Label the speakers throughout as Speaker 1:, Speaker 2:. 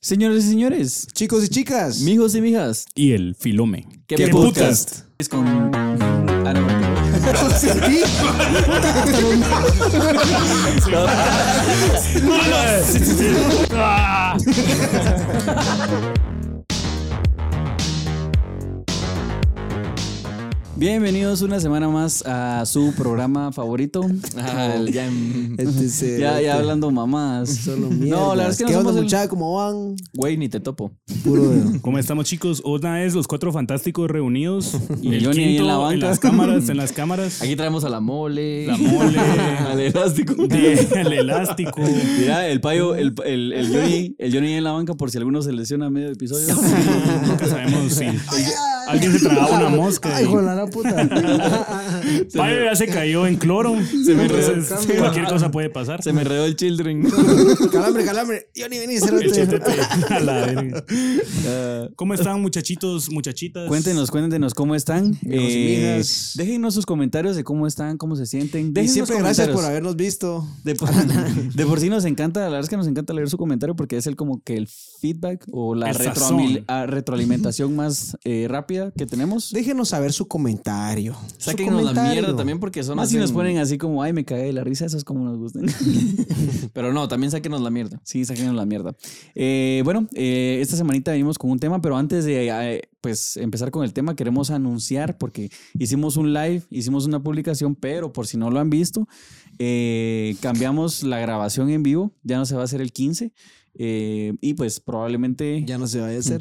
Speaker 1: Señores y señores,
Speaker 2: Chicos y chicas.
Speaker 1: mijos y mijas,
Speaker 3: Y el filome.
Speaker 1: ¿qué,
Speaker 3: ¿Qué
Speaker 1: podcast?
Speaker 3: podcast?
Speaker 1: Es con. Ah, no, mentira.
Speaker 2: Sí.
Speaker 1: Bienvenidos una semana más a su programa favorito. al ya, en-
Speaker 2: Entonces,
Speaker 1: ya, ya
Speaker 2: este,
Speaker 1: hablando mamás.
Speaker 2: Solo mierda.
Speaker 1: No, la verdad es que
Speaker 2: ¿Qué
Speaker 1: no
Speaker 2: onda,
Speaker 1: somos el-
Speaker 2: muchacha? ¿Cómo van?
Speaker 1: Güey, ni te topo.
Speaker 2: Puro de-
Speaker 3: ¿Cómo estamos, chicos? Una es los cuatro fantásticos reunidos.
Speaker 1: Y Johnny ahí en la banca.
Speaker 3: las cámaras, en las cámaras.
Speaker 1: Aquí traemos a la mole.
Speaker 3: La mole.
Speaker 1: Al elástico.
Speaker 3: el elástico.
Speaker 1: Mira, el payo, el, el, el Johnny, el Johnny en la banca por si alguno se lesiona a medio episodio.
Speaker 3: Nunca sabemos si alguien se tragaba una mosca.
Speaker 2: Ay,
Speaker 3: y-
Speaker 2: hijo de la gran puta.
Speaker 3: Payo ya se cayó en cloro.
Speaker 1: me
Speaker 3: Entonces,
Speaker 2: rescambió.
Speaker 3: cualquier cosa puede pasar.
Speaker 1: Se me enredó el children.
Speaker 2: calambre, calambre. Yo ni vení,
Speaker 3: El
Speaker 2: cerote.
Speaker 3: chetete. A la verga.
Speaker 1: Ah,
Speaker 3: ¿Cómo están, muchachitos, muchachitas?
Speaker 1: Cuéntenos, cuéntenos cómo están. Eh,
Speaker 2: Amigos y amigas.
Speaker 1: déjenos sus comentarios de cómo están, cómo se sienten.
Speaker 2: Y
Speaker 1: Déjenos
Speaker 2: siempre gracias
Speaker 1: comentarios.
Speaker 2: por habernos visto.
Speaker 1: De por, de por sí nos encanta, la verdad es que nos encanta leer su comentario porque es el como que el feedback o la
Speaker 3: El
Speaker 1: retroamil-
Speaker 3: sazón.
Speaker 1: a- retroalimentación más eh, rápida que tenemos.
Speaker 2: Déjenos saber su comentario. Su
Speaker 4: Sáquenos la
Speaker 2: comentario.
Speaker 4: mierda también porque son
Speaker 1: Más si
Speaker 4: hacen-
Speaker 1: nos ponen así como, ay, me cagué de la risa, eso es como nos gustan.
Speaker 4: Pero no, también sáquenos la mierda.
Speaker 1: sí, saquenos la mierda. Eh, bueno, eh, esta semanita venimos con un tema, pero antes de eh, pues, empezar con el tema, queremos anunciar porque hicimos un live, hicimos una publicación, pero por si no lo han visto, eh, cambiamos la grabación en vivo, ya no se va a hacer el 15. eh, y pues probablemente
Speaker 2: Ya no se vaya a hacer.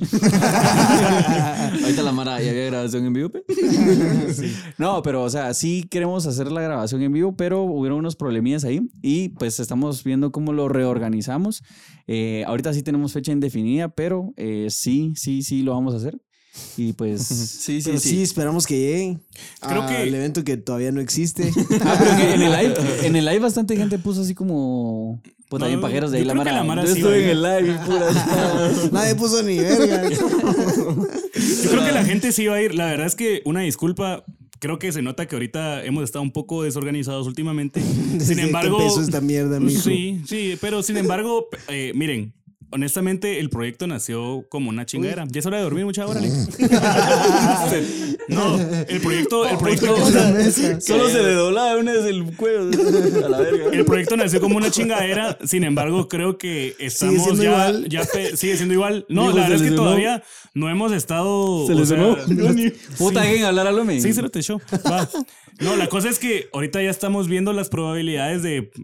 Speaker 4: Ahorita la Mara ya había grabación en vivo. pe.
Speaker 1: No, pero o sea, sí queremos hacer la grabación en vivo, pero hubieron unos problemillas ahí y pues estamos viendo cómo lo reorganizamos. Eh, ahorita sí tenemos fecha indefinida, pero eh, sí, sí, sí lo vamos a hacer. Y pues...
Speaker 4: Sí, sí,
Speaker 2: Pero sí,
Speaker 4: sí.
Speaker 2: esperamos que lleguen
Speaker 3: Creo
Speaker 2: al
Speaker 3: que-
Speaker 2: evento que todavía no existe.
Speaker 1: Ah, pero que en el live, en el live bastante gente puso así como... Pues
Speaker 3: No,
Speaker 1: también pajeros de ahí la
Speaker 3: yo creo que
Speaker 1: mara.
Speaker 3: la Mara
Speaker 1: Yo
Speaker 3: sí
Speaker 1: estuve
Speaker 3: va a
Speaker 1: en el live, puras-
Speaker 2: Nadie puso ni verga.
Speaker 3: Yo creo que la gente sí iba a ir. La verdad es que una disculpa. Creo que se nota que ahorita hemos estado un poco desorganizados últimamente.
Speaker 2: Desde
Speaker 3: Sin
Speaker 2: que
Speaker 3: embargo,
Speaker 2: empezó esta mierda, mijo.
Speaker 3: sí, sí, pero sin embargo, eh, miren, honestamente el proyecto nació como una chingadera. Ya es hora de dormir, mucha hora. no, el proyecto, el proyecto,
Speaker 1: Solo se le doblaba una vez el cuello. A la verga.
Speaker 3: el proyecto nació como una chingadera. Sin embargo, creo que estamos
Speaker 2: siendo
Speaker 3: ya,
Speaker 2: igual.
Speaker 3: ya pe- sigue siendo igual. No,
Speaker 1: Digo,
Speaker 3: la
Speaker 1: se
Speaker 3: verdad es que
Speaker 1: lesionó.
Speaker 3: todavía no hemos estado.
Speaker 1: Se
Speaker 3: o
Speaker 1: les
Speaker 3: sea,
Speaker 1: dobló. Puta, dejen hablar a Lome.
Speaker 3: Sí, se lo te echó. Va. No, la cosa es que ahorita ya estamos viendo las probabilidades de.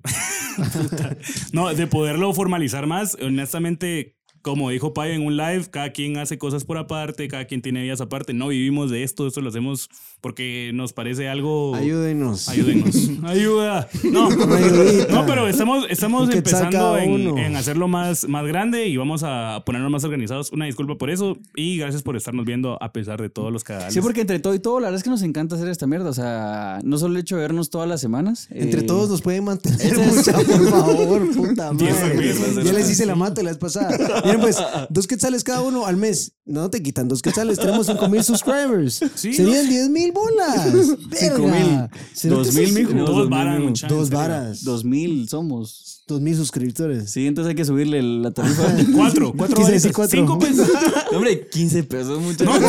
Speaker 3: Puta. no, de poderlo formalizar más. Honestamente, como dijo Payo en un live, cada quien hace cosas por aparte, cada quien tiene vidas aparte. No vivimos de esto, esto lo hacemos porque nos parece algo.
Speaker 2: Ayúdenos.
Speaker 3: Ayúdenos. Ayuda. No,
Speaker 2: Ayudita.
Speaker 3: no pero estamos, estamos
Speaker 2: Un quetzal
Speaker 3: empezando
Speaker 2: cada
Speaker 3: en,
Speaker 2: uno.
Speaker 3: en hacerlo más, más grande y vamos a ponernos más organizados. Una disculpa por eso y gracias por estarnos viendo a pesar de todos los cadáveres.
Speaker 1: Sí, porque entre todo y todo, la verdad es que nos encanta hacer esta mierda. O sea, no solo el hecho de vernos todas las semanas.
Speaker 2: Entre
Speaker 1: eh,
Speaker 2: todos nos pueden mantener
Speaker 1: Ese es-
Speaker 2: mucha, por favor, puta
Speaker 3: Diez
Speaker 2: madre.
Speaker 3: pesos,
Speaker 2: Ya
Speaker 3: ¿no?
Speaker 2: les hice la mata la vez pasada. Miren, pues, dos quetzales cada uno al mes. No te quitan dos quetzales, tenemos cinco mil subscribers.
Speaker 3: Sí,
Speaker 2: Serían diez mil bolas.
Speaker 1: Cinco
Speaker 2: Verga.
Speaker 1: mil.
Speaker 2: ¿Será
Speaker 1: Dos
Speaker 2: que
Speaker 1: mil,
Speaker 2: sí?
Speaker 1: mijo.
Speaker 3: Dos
Speaker 1: Dos
Speaker 3: varas,
Speaker 1: mil,
Speaker 3: mucha,
Speaker 2: Dos
Speaker 3: en serio.
Speaker 2: varas. Dos,
Speaker 1: 2000 somos.
Speaker 2: mil suscriptores.
Speaker 1: Sí, entonces hay que subirle la tarifa.
Speaker 3: Cuatro, cuatro
Speaker 2: Quise
Speaker 3: varitas.
Speaker 2: decir cuatro.
Speaker 3: Cinco pesos.
Speaker 4: Hombre, 15 pesos, muchachos.
Speaker 3: No,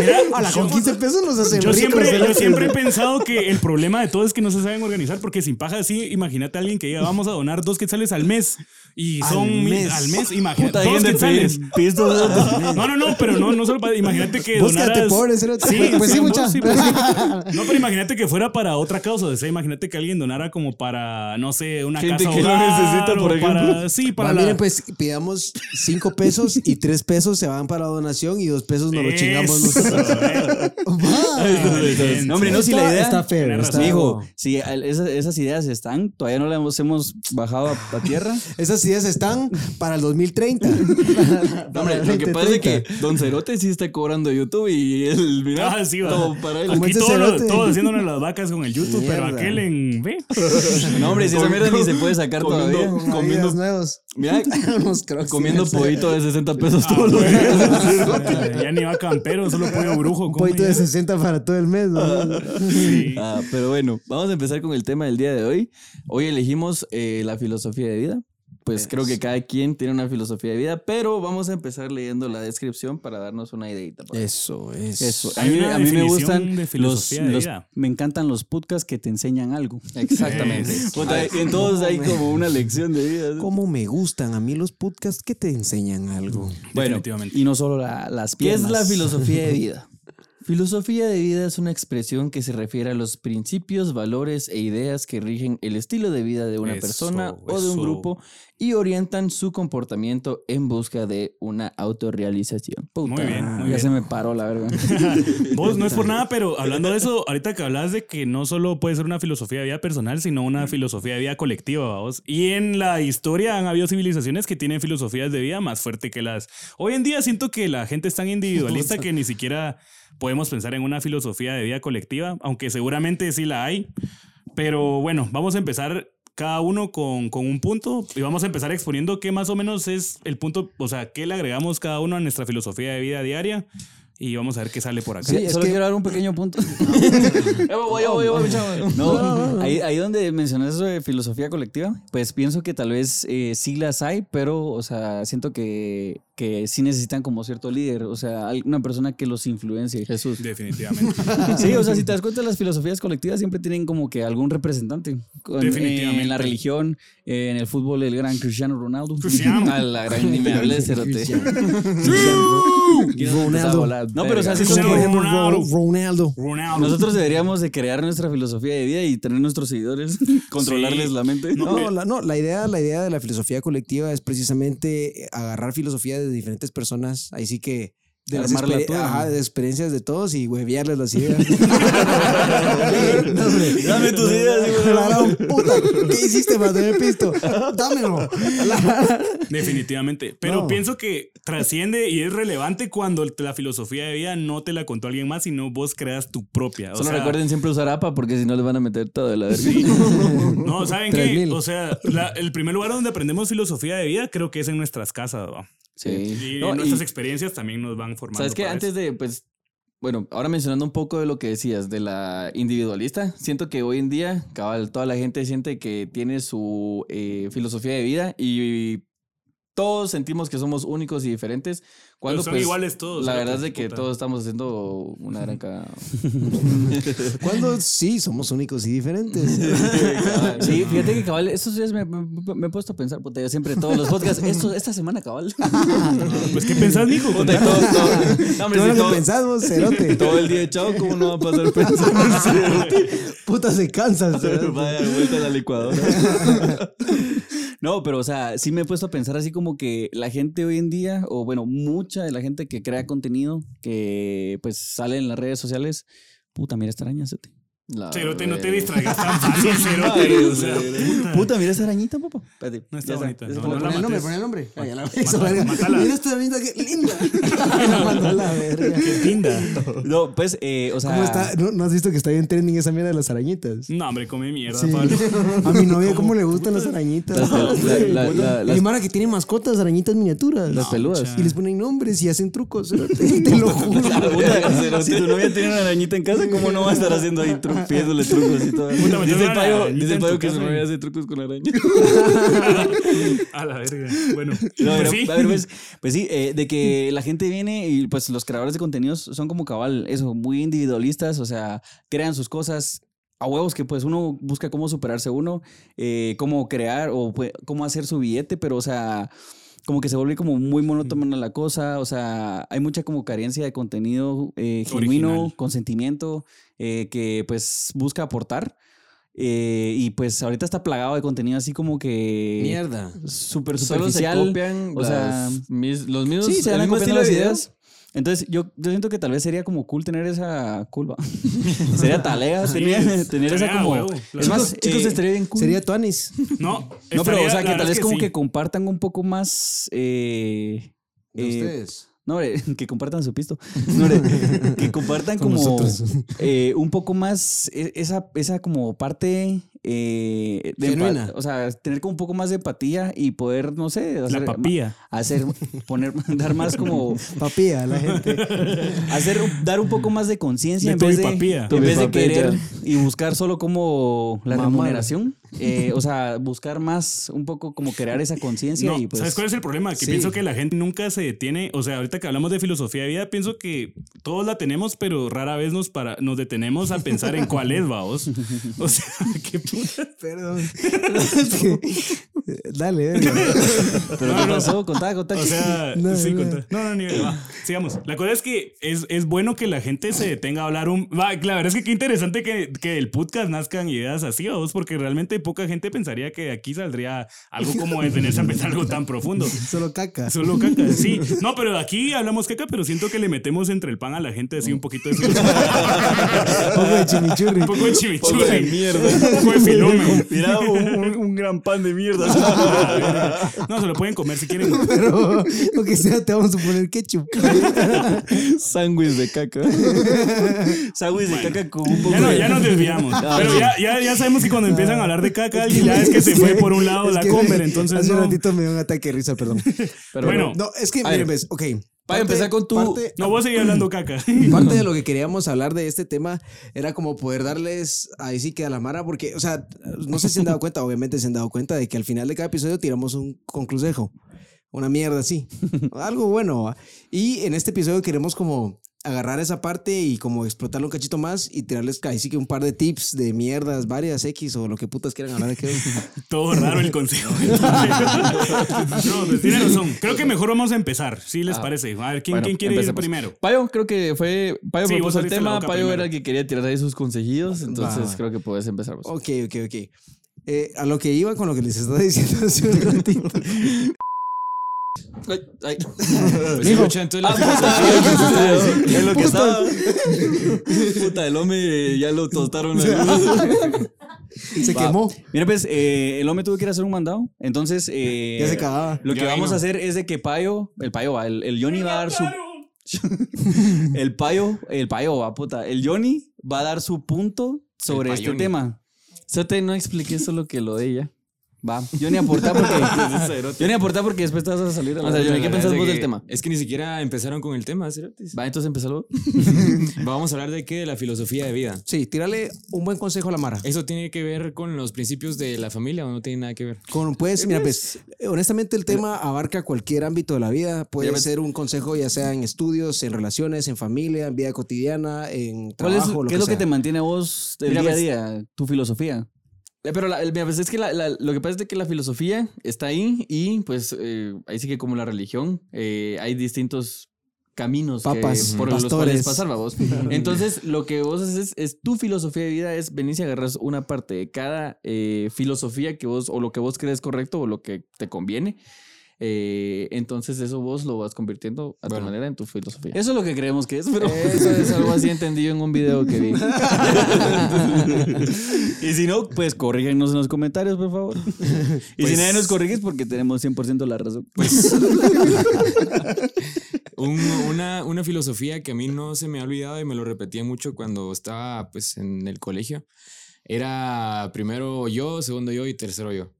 Speaker 3: mira,
Speaker 2: Ala, con
Speaker 3: yo-
Speaker 2: 15 pesos nos hacen
Speaker 3: Yo
Speaker 2: ricos,
Speaker 3: siempre,
Speaker 2: ¿verdad?
Speaker 3: yo siempre he pensado que el problema de todo es que no se saben organizar, porque sin paja así, imagínate a alguien que diga, vamos a donar dos quetzales al mes. Y
Speaker 2: Al
Speaker 3: son mil-
Speaker 2: mes.
Speaker 3: al mes, imagínate.
Speaker 1: Dejen
Speaker 3: Dos
Speaker 1: de
Speaker 3: quetzales.
Speaker 1: pedir pistos.
Speaker 3: No, no, no, pero no, no solo para. Imagínate que.
Speaker 2: Vos quédate
Speaker 3: donaras-
Speaker 2: pobre, cerote.
Speaker 3: Sí,
Speaker 2: Pues sí,
Speaker 3: no,
Speaker 2: mucha.
Speaker 3: pues sí. No, pero imagínate que fuera para otra causa. O sea, imagínate que alguien donara como para, no sé, una
Speaker 1: Gente
Speaker 3: casa
Speaker 1: que lo
Speaker 3: hogar
Speaker 1: necesita,
Speaker 3: o
Speaker 1: por ejemplo.
Speaker 3: para- sí, para.
Speaker 2: Va,
Speaker 3: la-
Speaker 2: Miren, pues pidamos cinco pesos y tres pesos se van para donación y dos pesos nos lo chingamos
Speaker 3: Eso,
Speaker 2: nosotros.
Speaker 3: eh.
Speaker 2: Va.
Speaker 3: Inteligente.
Speaker 1: No, hombre, no, si la
Speaker 2: Está-
Speaker 1: idea.
Speaker 2: está feo,
Speaker 3: Tenés
Speaker 2: está
Speaker 3: razón.
Speaker 1: Mijo,
Speaker 2: feo.
Speaker 1: si al- esas, esas ideas están, todavía no las hemos, hemos bajado a, a tierra.
Speaker 2: Esas ideas están para el 2030.
Speaker 4: No, hombre, lo que pasa es que
Speaker 2: 2030.
Speaker 4: Don Cerote sí está cobrando YouTube y el video.
Speaker 3: Ah, sí, va.
Speaker 4: todo para él.
Speaker 2: Como
Speaker 3: Aquí
Speaker 2: ese
Speaker 3: todos,
Speaker 2: cerote.
Speaker 3: todos haciéndonos las vacas con el YouTube, pero
Speaker 2: Mierda.
Speaker 3: aquel en B.
Speaker 1: No, hombre, si esa mierda ni se puede sacar
Speaker 4: Comiendo-
Speaker 1: todavía.
Speaker 2: Unos
Speaker 4: comiendo-
Speaker 2: Adidas nuevos.
Speaker 4: Mira,
Speaker 2: Unos crocs.
Speaker 4: comiendo
Speaker 2: Sí,
Speaker 4: pollito de 60 pesos
Speaker 3: Ah,
Speaker 4: todos los días.
Speaker 3: güey. ya ni va campero, solo pollo brujo.
Speaker 2: Un
Speaker 3: ¿cómo
Speaker 2: pollito de
Speaker 3: ya?
Speaker 2: 60 para todo el mes. ¿no?
Speaker 3: Sí.
Speaker 4: Ah, pero bueno, vamos a empezar con el tema del día de hoy. Hoy elegimos eh, la filosofía de vida. pues creo que cada quien tiene una filosofía de vida, pero vamos a empezar leyendo la descripción para darnos una ideita. por ahí.
Speaker 2: Eso, es.
Speaker 1: Eso. A
Speaker 3: Hay
Speaker 1: mí,
Speaker 3: una
Speaker 1: a mí me
Speaker 3: definición
Speaker 1: gustan
Speaker 3: de
Speaker 1: los,
Speaker 3: filosofía de
Speaker 1: los-
Speaker 3: vida.
Speaker 1: Me encantan los podcasts que te enseñan algo.
Speaker 4: Exactamente.
Speaker 3: Es-
Speaker 4: Puta, y entonces hay como una lección de vida.
Speaker 2: ¿Cómo me gustan a mí los podcasts que te enseñan algo?
Speaker 1: Bueno,
Speaker 3: Definitivamente.
Speaker 1: y no solo la- las
Speaker 4: ¿Qué
Speaker 1: piernas.
Speaker 4: es la filosofía de vida? Filosofía de vida es una expresión que se refiere a los principios, valores e ideas que rigen el estilo de vida de una
Speaker 3: Eso,
Speaker 4: persona o de
Speaker 3: eso.
Speaker 4: un grupo y orientan su comportamiento en busca de una autorrealización.
Speaker 3: Muy bien,
Speaker 1: Ah,
Speaker 3: muy
Speaker 1: ya
Speaker 3: bien.
Speaker 1: se me paró la verga.
Speaker 3: Vos no es por nada, pero hablando de eso, ahorita que hablas de que no solo puede ser una filosofía de vida personal, sino una filosofía de vida colectiva, vos. Y en la historia han habido civilizaciones que tienen filosofías de vida más fuerte que las. Hoy en día siento que la gente es tan individualista que ni siquiera podemos pensar en una filosofía de vida colectiva, aunque seguramente sí la hay. Pero bueno, vamos a empezar cada uno con, con un punto y vamos a empezar exponiendo qué más o menos es el punto, o sea, qué le agregamos cada uno a nuestra filosofía de vida diaria y vamos a ver qué sale por acá.
Speaker 1: Sí,
Speaker 2: es
Speaker 1: solo
Speaker 2: que-
Speaker 1: quiero dar un pequeño punto. No, ahí, ahí donde mencionas eso de filosofía colectiva, pues pienso que tal vez eh, sí las hay, pero, o sea, siento que, que sí necesitan como cierto líder, o sea, al- una persona que los influencie. Jesús.
Speaker 3: Definitivamente.
Speaker 1: Sí, o sea, si te das cuenta, las filosofías colectivas siempre tienen como que algún representante. Con-
Speaker 3: Definitivamente.
Speaker 1: En la religión, eh, en el fútbol, el gran Cristiano Ronaldo.
Speaker 4: A la gran ni me hables, cerote.
Speaker 2: Ronaldo.
Speaker 1: No, pero o sea, sí
Speaker 3: Sí,
Speaker 1: como
Speaker 3: sí.
Speaker 1: que-
Speaker 2: Por ejemplo, Ro-
Speaker 3: Ronaldo.
Speaker 2: Ronaldo.
Speaker 3: Ronaldo.
Speaker 1: Nosotros deberíamos de crear nuestra filosofía de vida y tener nuestros seguidores, controlarles la mente.
Speaker 3: No,
Speaker 2: No, la, no, la idea, la idea de la filosofía colectiva es precisamente eh, agarrar filosofía de diferentes personas, ahí sí que de las
Speaker 1: Armarla
Speaker 2: exper-
Speaker 1: toda.
Speaker 2: ajá, de experiencias de todos y hueviarles las ideas.
Speaker 1: Dame tus ideas, hijo de
Speaker 2: La gran puta, ¿qué hiciste para tener pisto? Dámelo.
Speaker 3: Definitivamente. Pero
Speaker 2: No.
Speaker 3: pienso que trasciende y es relevante cuando la filosofía de vida no te la contó alguien más, sino vos creas tu propia. O
Speaker 4: Solo
Speaker 3: sea,
Speaker 4: recuerden siempre usar APA porque si no les van a meter todo de la verga.
Speaker 3: No, ¿saben qué?
Speaker 2: 3000.
Speaker 3: O sea, la- el primer lugar donde aprendemos filosofía de vida creo que es en nuestras casas, ¿va?
Speaker 4: Sí.
Speaker 3: Y
Speaker 1: No, y-
Speaker 3: nuestras experiencias también nos van formando.
Speaker 4: ¿Sabes qué?
Speaker 3: para
Speaker 4: Antes
Speaker 3: eso.
Speaker 4: de, pues, bueno, ahora mencionando un poco de lo que decías de la individualista, siento que hoy en día, cabal, toda la gente siente que tiene su eh, filosofía de vida y todos sentimos que somos únicos y diferentes. Cuando,
Speaker 3: Pero son
Speaker 4: pues,
Speaker 3: iguales todos.
Speaker 4: La
Speaker 3: fíjate,
Speaker 4: verdad es de que
Speaker 3: puta.
Speaker 4: todos estamos haciendo una gran cagada.
Speaker 2: Cuando sí, somos únicos y diferentes.
Speaker 4: Cabal.
Speaker 1: Ah, Sí, fíjate que cabal, estos días me, me- me he puesto a pensar, puta, yo siempre todos los podcasts, esto, esta semana cabal.
Speaker 3: Pues, ¿qué pensás, mijo?
Speaker 4: Puta, y todos- todos- no, hombre,
Speaker 2: Todo
Speaker 4: sí,
Speaker 2: lo
Speaker 4: todo-
Speaker 2: que pensamos, cerote.
Speaker 4: todo el día echado, ¿cómo no va a pasar pensando?
Speaker 2: Puta, se cansan.
Speaker 4: Vaya vuelta a la licuadora.
Speaker 1: No, pero o sea, sí me he puesto a pensar así como que la gente hoy en día, o bueno, mucha de la gente que crea contenido, que pues sale en las redes sociales, puta, mira esta araña, cerote.
Speaker 4: La
Speaker 3: Cerote, no te
Speaker 4: verga.
Speaker 3: distraigas tan fácil, cerote. O sea, puta.
Speaker 1: Puta, mira esta arañita, papá. Espérate,
Speaker 3: No está
Speaker 1: ya
Speaker 3: bonita. No, no
Speaker 2: Pon
Speaker 3: la
Speaker 2: el nombre,
Speaker 3: mates.
Speaker 2: pon el nombre. Vaya, la
Speaker 3: Mata- matala.
Speaker 2: Mira esta linda, qué linda. La mandó a la verga.
Speaker 3: Qué pinda.
Speaker 1: No, pues, eh, o sea.
Speaker 2: ¿Cómo está? ¿No, no has visto que está bien trending esa mierda de las arañitas?
Speaker 3: No, hombre, come mierda,
Speaker 2: Sí.
Speaker 3: Pablo.
Speaker 2: A mi novia, ¿cómo, le gustan las arañitas?
Speaker 4: La- la- la-
Speaker 2: y
Speaker 4: las-
Speaker 2: Mara que tiene mascotas, arañitas miniaturas.
Speaker 4: Las peludas.
Speaker 2: Y les ponen nombres y hacen trucos. Te, te lo juro.
Speaker 1: Puta, si tu novia tiene una arañita en casa, ¿cómo no va a estar haciendo ahí tru- pidiéndole trucos y todo?
Speaker 3: Puta, me
Speaker 4: Dice
Speaker 3: tengo
Speaker 4: el
Speaker 3: una
Speaker 4: payo,
Speaker 3: arañita
Speaker 4: dice el
Speaker 3: en
Speaker 4: payo
Speaker 3: tu
Speaker 4: que su
Speaker 3: casa.
Speaker 4: novia hace trucos con araña.
Speaker 3: A la verga. Bueno,
Speaker 1: No,
Speaker 3: pues
Speaker 1: pero,
Speaker 3: sí.
Speaker 1: a ver, pues, pues sí, eh, de que la gente viene y pues los creadores de contenidos son como cabal, eso, muy individualistas, o sea, crean sus cosas a huevos que pues uno busca cómo superarse uno, eh, cómo crear o pues, cómo hacer su billete, pero o sea, como que se vuelve como muy monótona la cosa, o sea, hay mucha como carencia de contenido eh, genuino,
Speaker 3: Original.
Speaker 1: con sentimiento, eh, que pues busca aportar. eh, y pues ahorita está plagado de contenido así como que...
Speaker 2: Mierda.
Speaker 1: Súper
Speaker 4: Solo se
Speaker 1: superficial.
Speaker 4: copian
Speaker 1: o sea,
Speaker 4: las mis- los mismos
Speaker 1: Sí, se
Speaker 4: el
Speaker 1: van a
Speaker 4: mismo
Speaker 1: copiar
Speaker 4: estilo
Speaker 1: las
Speaker 4: de
Speaker 1: ideas.
Speaker 4: ideas.
Speaker 1: Entonces, yo, yo siento que tal vez sería como cool tener esa culpa. sería talega
Speaker 3: Sí,
Speaker 1: tener,
Speaker 3: es-
Speaker 1: tener esa
Speaker 3: tarea,
Speaker 1: como.
Speaker 3: huevo, la
Speaker 1: es más,
Speaker 3: verdad.
Speaker 1: chicos,
Speaker 4: Eh,
Speaker 1: estaría bien cool.
Speaker 2: Sería Tuanis.
Speaker 3: No,
Speaker 1: no, pero o
Speaker 3: estaría-
Speaker 1: sea,
Speaker 3: la
Speaker 1: que tal
Speaker 3: verdad es
Speaker 1: vez como
Speaker 3: sí.
Speaker 1: que compartan un poco más. Eh, eh, no, hombre, que compartan su pisto. No, hombre, que compartan
Speaker 2: Con
Speaker 1: como
Speaker 2: nosotros.
Speaker 1: eh, un poco más e- esa, esa como parte eh, de empa-
Speaker 2: Genuina.
Speaker 1: O sea, tener como un poco más de empatía y poder, no sé,
Speaker 3: La
Speaker 1: hacer,
Speaker 3: papilla.
Speaker 1: hacer poner, dar más como
Speaker 2: Papía, la gente.
Speaker 1: hacer dar un poco más de conciencia
Speaker 3: De
Speaker 1: en vez
Speaker 3: tu
Speaker 1: de,
Speaker 3: papilla.
Speaker 1: en vez de
Speaker 4: Tubipapilla.
Speaker 1: querer y buscar solo como la
Speaker 2: Mamar.
Speaker 1: remuneración eh, o sea, buscar más, un poco como crear esa conciencia
Speaker 3: No,
Speaker 1: y pues...
Speaker 3: ¿Sabes cuál es el problema? Que
Speaker 1: sí.
Speaker 3: pienso que la gente nunca se detiene. O sea, ahorita que hablamos de filosofía de vida, pienso que todos la tenemos, pero rara vez nos, para, nos detenemos a pensar en cuál es, vaos. O sea, qué puta.
Speaker 2: Perdón. Es que- Dale, verga.
Speaker 1: Pero
Speaker 3: No,
Speaker 1: ¿qué
Speaker 3: no.
Speaker 1: pasó? Contá, contá.
Speaker 3: O sea,
Speaker 2: No,
Speaker 3: sí,
Speaker 2: no.
Speaker 3: contá. No, no, ni va. Sigamos. La cosa es que es, es bueno que la gente se detenga a hablar un. Va, la verdad es que qué interesante que, que el podcast nazcan ideas así, vos, porque realmente poca gente pensaría que de aquí saldría algo como detenerse a pensar algo tan profundo.
Speaker 2: Solo caca.
Speaker 3: Solo caca, sí. No, pero aquí hablamos caca, pero siento que le metemos entre el pan a la gente así un poquito de filosofía.
Speaker 2: Un poco de chimichurri.
Speaker 3: Un poco de chimichurri.
Speaker 4: Poco de mierda.
Speaker 3: Un poco de filómeno.
Speaker 4: Mira, un, un- un gran pan de mierda.
Speaker 3: No, se lo pueden comer si quieren.
Speaker 2: Pero, lo que sea, te vamos a poner ketchup.
Speaker 4: Sándwich de caca. Sándwich de caca con un poco
Speaker 3: Ya, no,
Speaker 4: de-
Speaker 3: ya nos desviamos.
Speaker 4: Ah,
Speaker 3: Pero
Speaker 4: sí.
Speaker 3: ya, ya, ya sabemos que cuando empiezan a hablar de caca, alguien ya es que se fue por un lado
Speaker 2: Es
Speaker 3: la
Speaker 2: que
Speaker 3: comer, entonces
Speaker 2: Hace
Speaker 3: no.
Speaker 2: un ratito me dio un ataque de risa, perdón.
Speaker 4: Pero
Speaker 3: bueno.
Speaker 2: No, es que,
Speaker 4: A
Speaker 2: miren,
Speaker 4: ver.
Speaker 2: ves, ok.
Speaker 4: Para empezar con tu-
Speaker 2: Parte,
Speaker 3: No, vos seguís hablando caca.
Speaker 2: parte de lo que queríamos hablar de este tema era como poder darles ahí sí que a la mara, porque, o sea, no sé si han dado cuenta, obviamente se han dado cuenta de que al final de cada episodio tiramos un conclusejo. Una mierda así. Algo bueno. ¿va? Y en este episodio queremos como agarrar esa parte y como explotarlo un cachito más y tirarles ahí sí que un par de tips de mierdas, varias X o lo que putas quieran hablar de qué.
Speaker 3: Todo raro el consejo. no, pues tiene razón. Creo que mejor vamos a empezar, si les parece. A ver, ¿quién,
Speaker 4: Ah, Bueno,
Speaker 3: quién quiere
Speaker 4: empecemos.
Speaker 3: ir primero?
Speaker 4: Payo, creo que fue. Payo
Speaker 3: Sí, vos
Speaker 4: propuso el
Speaker 3: abriste la
Speaker 4: tema.
Speaker 3: boca
Speaker 4: Payo
Speaker 3: primero.
Speaker 4: era el que quería tirar ahí sus consejillos. Entonces
Speaker 2: Va.
Speaker 4: creo que puedes empezar vos.
Speaker 2: Ok, ok, ok. Eh, a lo que iba con lo que les estaba diciendo hace un ratito.
Speaker 4: Ay, ay.
Speaker 5: escucha, entonces
Speaker 4: Ah,
Speaker 5: la
Speaker 4: puta, es lo que estaba. Puta, el hombre ya lo tostaron.
Speaker 2: Se quemó.
Speaker 1: Mira, pues, eh, el hombre tuvo que ir a hacer un mandado. Entonces, eh,
Speaker 2: Ya se cagaba.
Speaker 1: Lo que
Speaker 5: Ya
Speaker 1: vamos
Speaker 5: vino.
Speaker 1: a hacer es de que Payo, el Payo va, el, el Johnny va a dar su. El Payo, el Payo va, puta. El Johnny va a dar su punto sobre
Speaker 5: El
Speaker 1: este
Speaker 5: Payoni.
Speaker 1: tema. Sete, no expliqué solo que lo de ella. Va, Johnny aporta porque. Johnny aporta porque después te vas a salir a la.
Speaker 4: O sea, Johnny,
Speaker 5: La
Speaker 4: ¿qué
Speaker 5: verdad
Speaker 4: pensás
Speaker 5: es
Speaker 4: vos
Speaker 5: que-
Speaker 4: del tema?
Speaker 5: Es que ni siquiera empezaron con el tema, ¿cierto?
Speaker 4: Va, entonces empezalo.
Speaker 5: Vamos a hablar de qué? De la filosofía de vida.
Speaker 2: Sí, tírale un buen consejo a la Mara.
Speaker 5: ¿Eso tiene que ver con los principios de la familia o no tiene nada que ver?
Speaker 2: Con, pues, mira, pues, honestamente el tema abarca cualquier ámbito de la vida. Puede
Speaker 4: Obviamente.
Speaker 2: ser un consejo ya sea en estudios, en relaciones, en familia, en vida cotidiana, en
Speaker 1: ¿Cuál
Speaker 2: trabajo,
Speaker 1: es,
Speaker 2: lo
Speaker 1: ¿Qué
Speaker 2: que
Speaker 1: es lo que
Speaker 2: sea.
Speaker 1: te mantiene a vos el
Speaker 4: Mira,
Speaker 1: día a
Speaker 4: pues-
Speaker 1: día? Tu filosofía.
Speaker 4: Eh, Pero la, el- mira, pues es que la- la- lo que pasa es de que la filosofía está ahí y pues eh, ahí sí que como la religión eh, hay distintos caminos que-
Speaker 2: Papas,
Speaker 4: por los
Speaker 2: pastores.
Speaker 4: cuales pasar, vos. Entonces lo que vos haces es, es tu filosofía de vida es venir y agarras una parte de cada eh, filosofía que vos o lo que vos crees correcto o lo que te conviene. Eh, entonces eso vos lo vas convirtiendo a
Speaker 5: Bueno.
Speaker 4: tu manera en tu filosofía.
Speaker 1: Eso es lo que creemos que es, pero.
Speaker 4: Eso es algo así entendido en un video que vi.
Speaker 1: y si no, pues corrígenos en los comentarios, por favor. y si
Speaker 5: Pues-
Speaker 1: nadie nos corrige es porque tenemos 100% la razón.
Speaker 5: Un- una, una filosofía que a mí no se me ha olvidado y me lo repetía mucho cuando estaba pues, en el colegio. Era primero yo, segundo yo y tercero yo.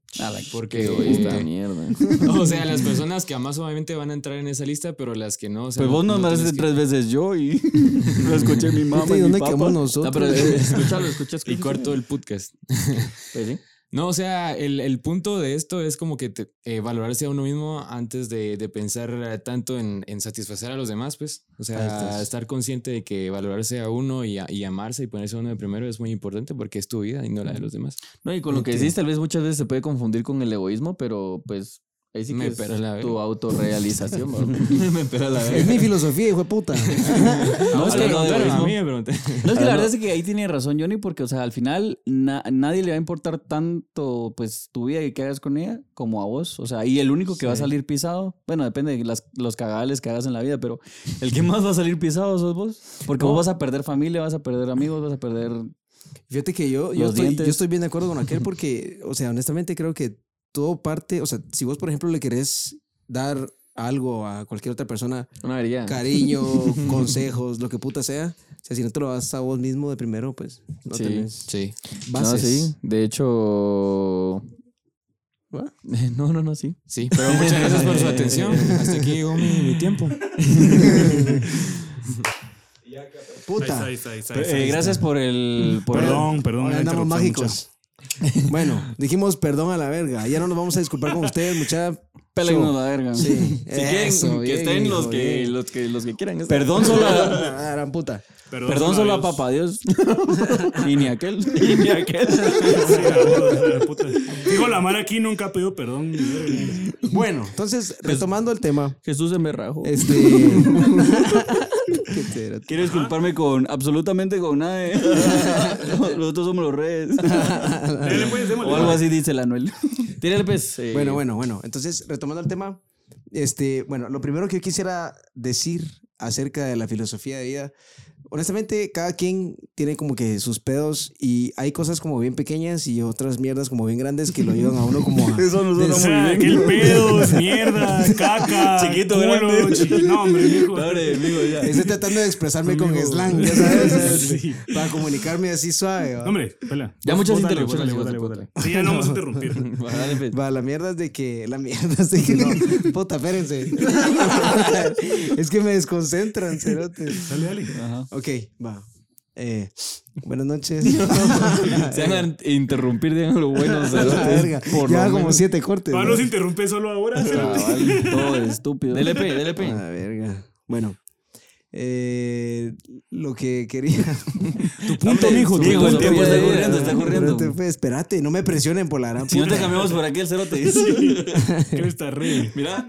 Speaker 5: Porque,
Speaker 4: Esta
Speaker 5: eh,
Speaker 4: mierda.
Speaker 5: o sea, las personas que más obviamente van a entrar en esa lista, pero las que no. o sea,
Speaker 1: Pues
Speaker 5: no-
Speaker 1: vos nos
Speaker 5: no
Speaker 1: mandaste
Speaker 5: tienes que-
Speaker 1: tres veces yo y lo escuché mi mamá.
Speaker 2: ¿Y
Speaker 1: y Ah, mi
Speaker 2: dónde
Speaker 1: papá.
Speaker 2: quedamos
Speaker 4: No,
Speaker 2: nosotros?
Speaker 4: pero eh, escúchalo, escucha,
Speaker 5: Y
Speaker 4: escucha.
Speaker 5: cuarto el podcast.
Speaker 4: Pues sí.
Speaker 5: No, o sea, el, el punto de esto es como que te- eh, valorarse a uno mismo antes de, de pensar eh, tanto en, en satisfacer a los demás, pues. O
Speaker 4: Ahí
Speaker 5: sea,
Speaker 4: estás.
Speaker 5: estar consciente de que valorarse a uno y, a- y amarse y ponerse a uno de primero es muy importante porque es tu vida y no la de los demás.
Speaker 4: No, y con lo que decís, tal vez muchas veces se puede confundir con el egoísmo, pero pues ahí sí que
Speaker 5: Me
Speaker 4: es
Speaker 5: pela la
Speaker 4: tu
Speaker 5: verga.
Speaker 4: autorrealización, bro. Me espera la
Speaker 2: Es mi filosofía, hijo de puta.
Speaker 4: No, es que,
Speaker 5: Hablando de
Speaker 4: no,
Speaker 5: egoísmo.
Speaker 1: No, es que la verdad es que ahí tiene razón Johnny, porque, o sea, al final na- nadie le va a importar tanto, pues, tu vida y qué hagas con ella como a vos. O sea, y el único que va a salir pisado, bueno, depende de las, los cagales que hagas en la vida, pero el que más va a salir pisado sos vos. Porque vos vas a perder familia, vas a perder amigos, vas a perder...
Speaker 2: Fíjate que yo, yo,
Speaker 1: Los
Speaker 2: estoy, yo
Speaker 1: dientes.
Speaker 2: estoy bien de acuerdo con aquel porque, o sea, honestamente creo que todo parte, o sea, si vos, por ejemplo, le querés dar algo a cualquier otra persona,
Speaker 4: Una avería.
Speaker 2: cariño, consejos, lo que puta sea, o sea, si no te lo das a vos mismo de primero, pues no
Speaker 4: Sí.
Speaker 2: tenés
Speaker 5: Sí.
Speaker 2: bases.
Speaker 4: No, sí. De hecho...
Speaker 2: ¿What?
Speaker 4: No, no, no, sí.
Speaker 5: Sí, pero muchas gracias por su atención. Hasta aquí llegó mi, mi tiempo.
Speaker 3: Ahí está,
Speaker 2: Puta.
Speaker 3: ahí está,
Speaker 1: Eh,
Speaker 3: ahí está, ahí está, ahí está.
Speaker 4: Pues, eh,
Speaker 1: gracias por el... Por el-
Speaker 3: Perdón, perdón.
Speaker 2: Ahora
Speaker 3: la
Speaker 2: andamos
Speaker 3: interrupción,
Speaker 2: mágicos. Bueno, dijimos perdón a la verga. Ya no nos vamos a disculpar con ustedes, mucha.
Speaker 4: Pélenos la verga.
Speaker 2: Sí.
Speaker 4: Si quieren,
Speaker 2: Eso,
Speaker 4: que
Speaker 2: bien,
Speaker 4: estén los
Speaker 2: hijo,
Speaker 4: que,
Speaker 2: bien.
Speaker 4: los, que, los que quieran. estar.
Speaker 1: Perdón solo a,
Speaker 2: Ah, gran puta.
Speaker 1: perdón solo a
Speaker 3: Dios.
Speaker 1: papá Dios. y ni aquel.
Speaker 4: Y ni aquel.
Speaker 3: Sí, a vos, a la puta. Digo, la mara aquí nunca pidió perdón. ni verga.
Speaker 2: Bueno, entonces, retomando el tema.
Speaker 1: Jesús se me rajo.
Speaker 4: Eh,
Speaker 2: Este. Qué tera-
Speaker 1: Quiero disculparme con absolutamente con nada. de- Nosotros somos los reyes.
Speaker 3: Dele, pues, démosle.
Speaker 1: o algo así dice el Anuel.
Speaker 4: Tírale, pues. eh,
Speaker 2: Bueno, bueno, bueno. Entonces, retomando el tema, este, bueno, lo primero que yo quisiera decir acerca de la filosofía de vida, honestamente, cada quien tiene como que sus pedos y hay cosas como bien pequeñas y otras mierdas como bien grandes que lo ayudan a uno como a...
Speaker 1: Eso no suena
Speaker 3: O
Speaker 2: des-
Speaker 3: sea, aquel pedos, mierda, caca,
Speaker 1: Chiquito,
Speaker 3: culo,
Speaker 1: grande.
Speaker 3: chi- No, hombre, mijo.
Speaker 1: Abre, amigo, ya.
Speaker 2: Estoy tratando de expresarme con
Speaker 3: Amigo.
Speaker 2: slang, ya sabes, ¿sabes?
Speaker 3: Sí.
Speaker 2: para comunicarme así suave. ¿va?
Speaker 3: Hombre, pela.
Speaker 4: Ya
Speaker 3: Vos-
Speaker 4: muchas
Speaker 3: vos dale,
Speaker 4: interrupciones,
Speaker 3: vos dale,
Speaker 4: hijo
Speaker 3: vos
Speaker 4: de
Speaker 3: dale, vos dale. Sí, ya no vamos a interrumpir.
Speaker 4: va, dale, pues.
Speaker 2: Va, la mierda es de que. La mierda es de que. No. Puta, espérense. es que me desconcentran, cerotes.
Speaker 3: Dale, dale.
Speaker 1: Ah,
Speaker 2: Ok, va. Eh, buenas noches.
Speaker 4: Se van a interrumpir, digan lo bueno. o sea,
Speaker 2: La verga.
Speaker 4: por
Speaker 2: Lleva
Speaker 4: lo
Speaker 2: como
Speaker 4: menos.
Speaker 2: siete cortes.
Speaker 3: Pablo
Speaker 2: ¿no?
Speaker 3: se interrumpe solo
Speaker 1: Ah.
Speaker 3: ahora.
Speaker 1: Cabal, todo estúpido.
Speaker 4: Dele, pe, dele, pe.
Speaker 2: Ah, verga. Bueno. eh, lo que quería.
Speaker 4: Tu
Speaker 1: punto, mijo, tu
Speaker 4: Digo,
Speaker 1: punto.
Speaker 4: el tiempo está
Speaker 1: Ya, ya, ya.
Speaker 4: corriendo, está
Speaker 2: Espérate,
Speaker 4: corriendo.
Speaker 2: pues, espérate, no me presionen por la gran
Speaker 4: Si no te
Speaker 2: puta.
Speaker 4: cambiamos por aquí, el cero te dice.
Speaker 3: ¿Qué está re?
Speaker 4: Mira,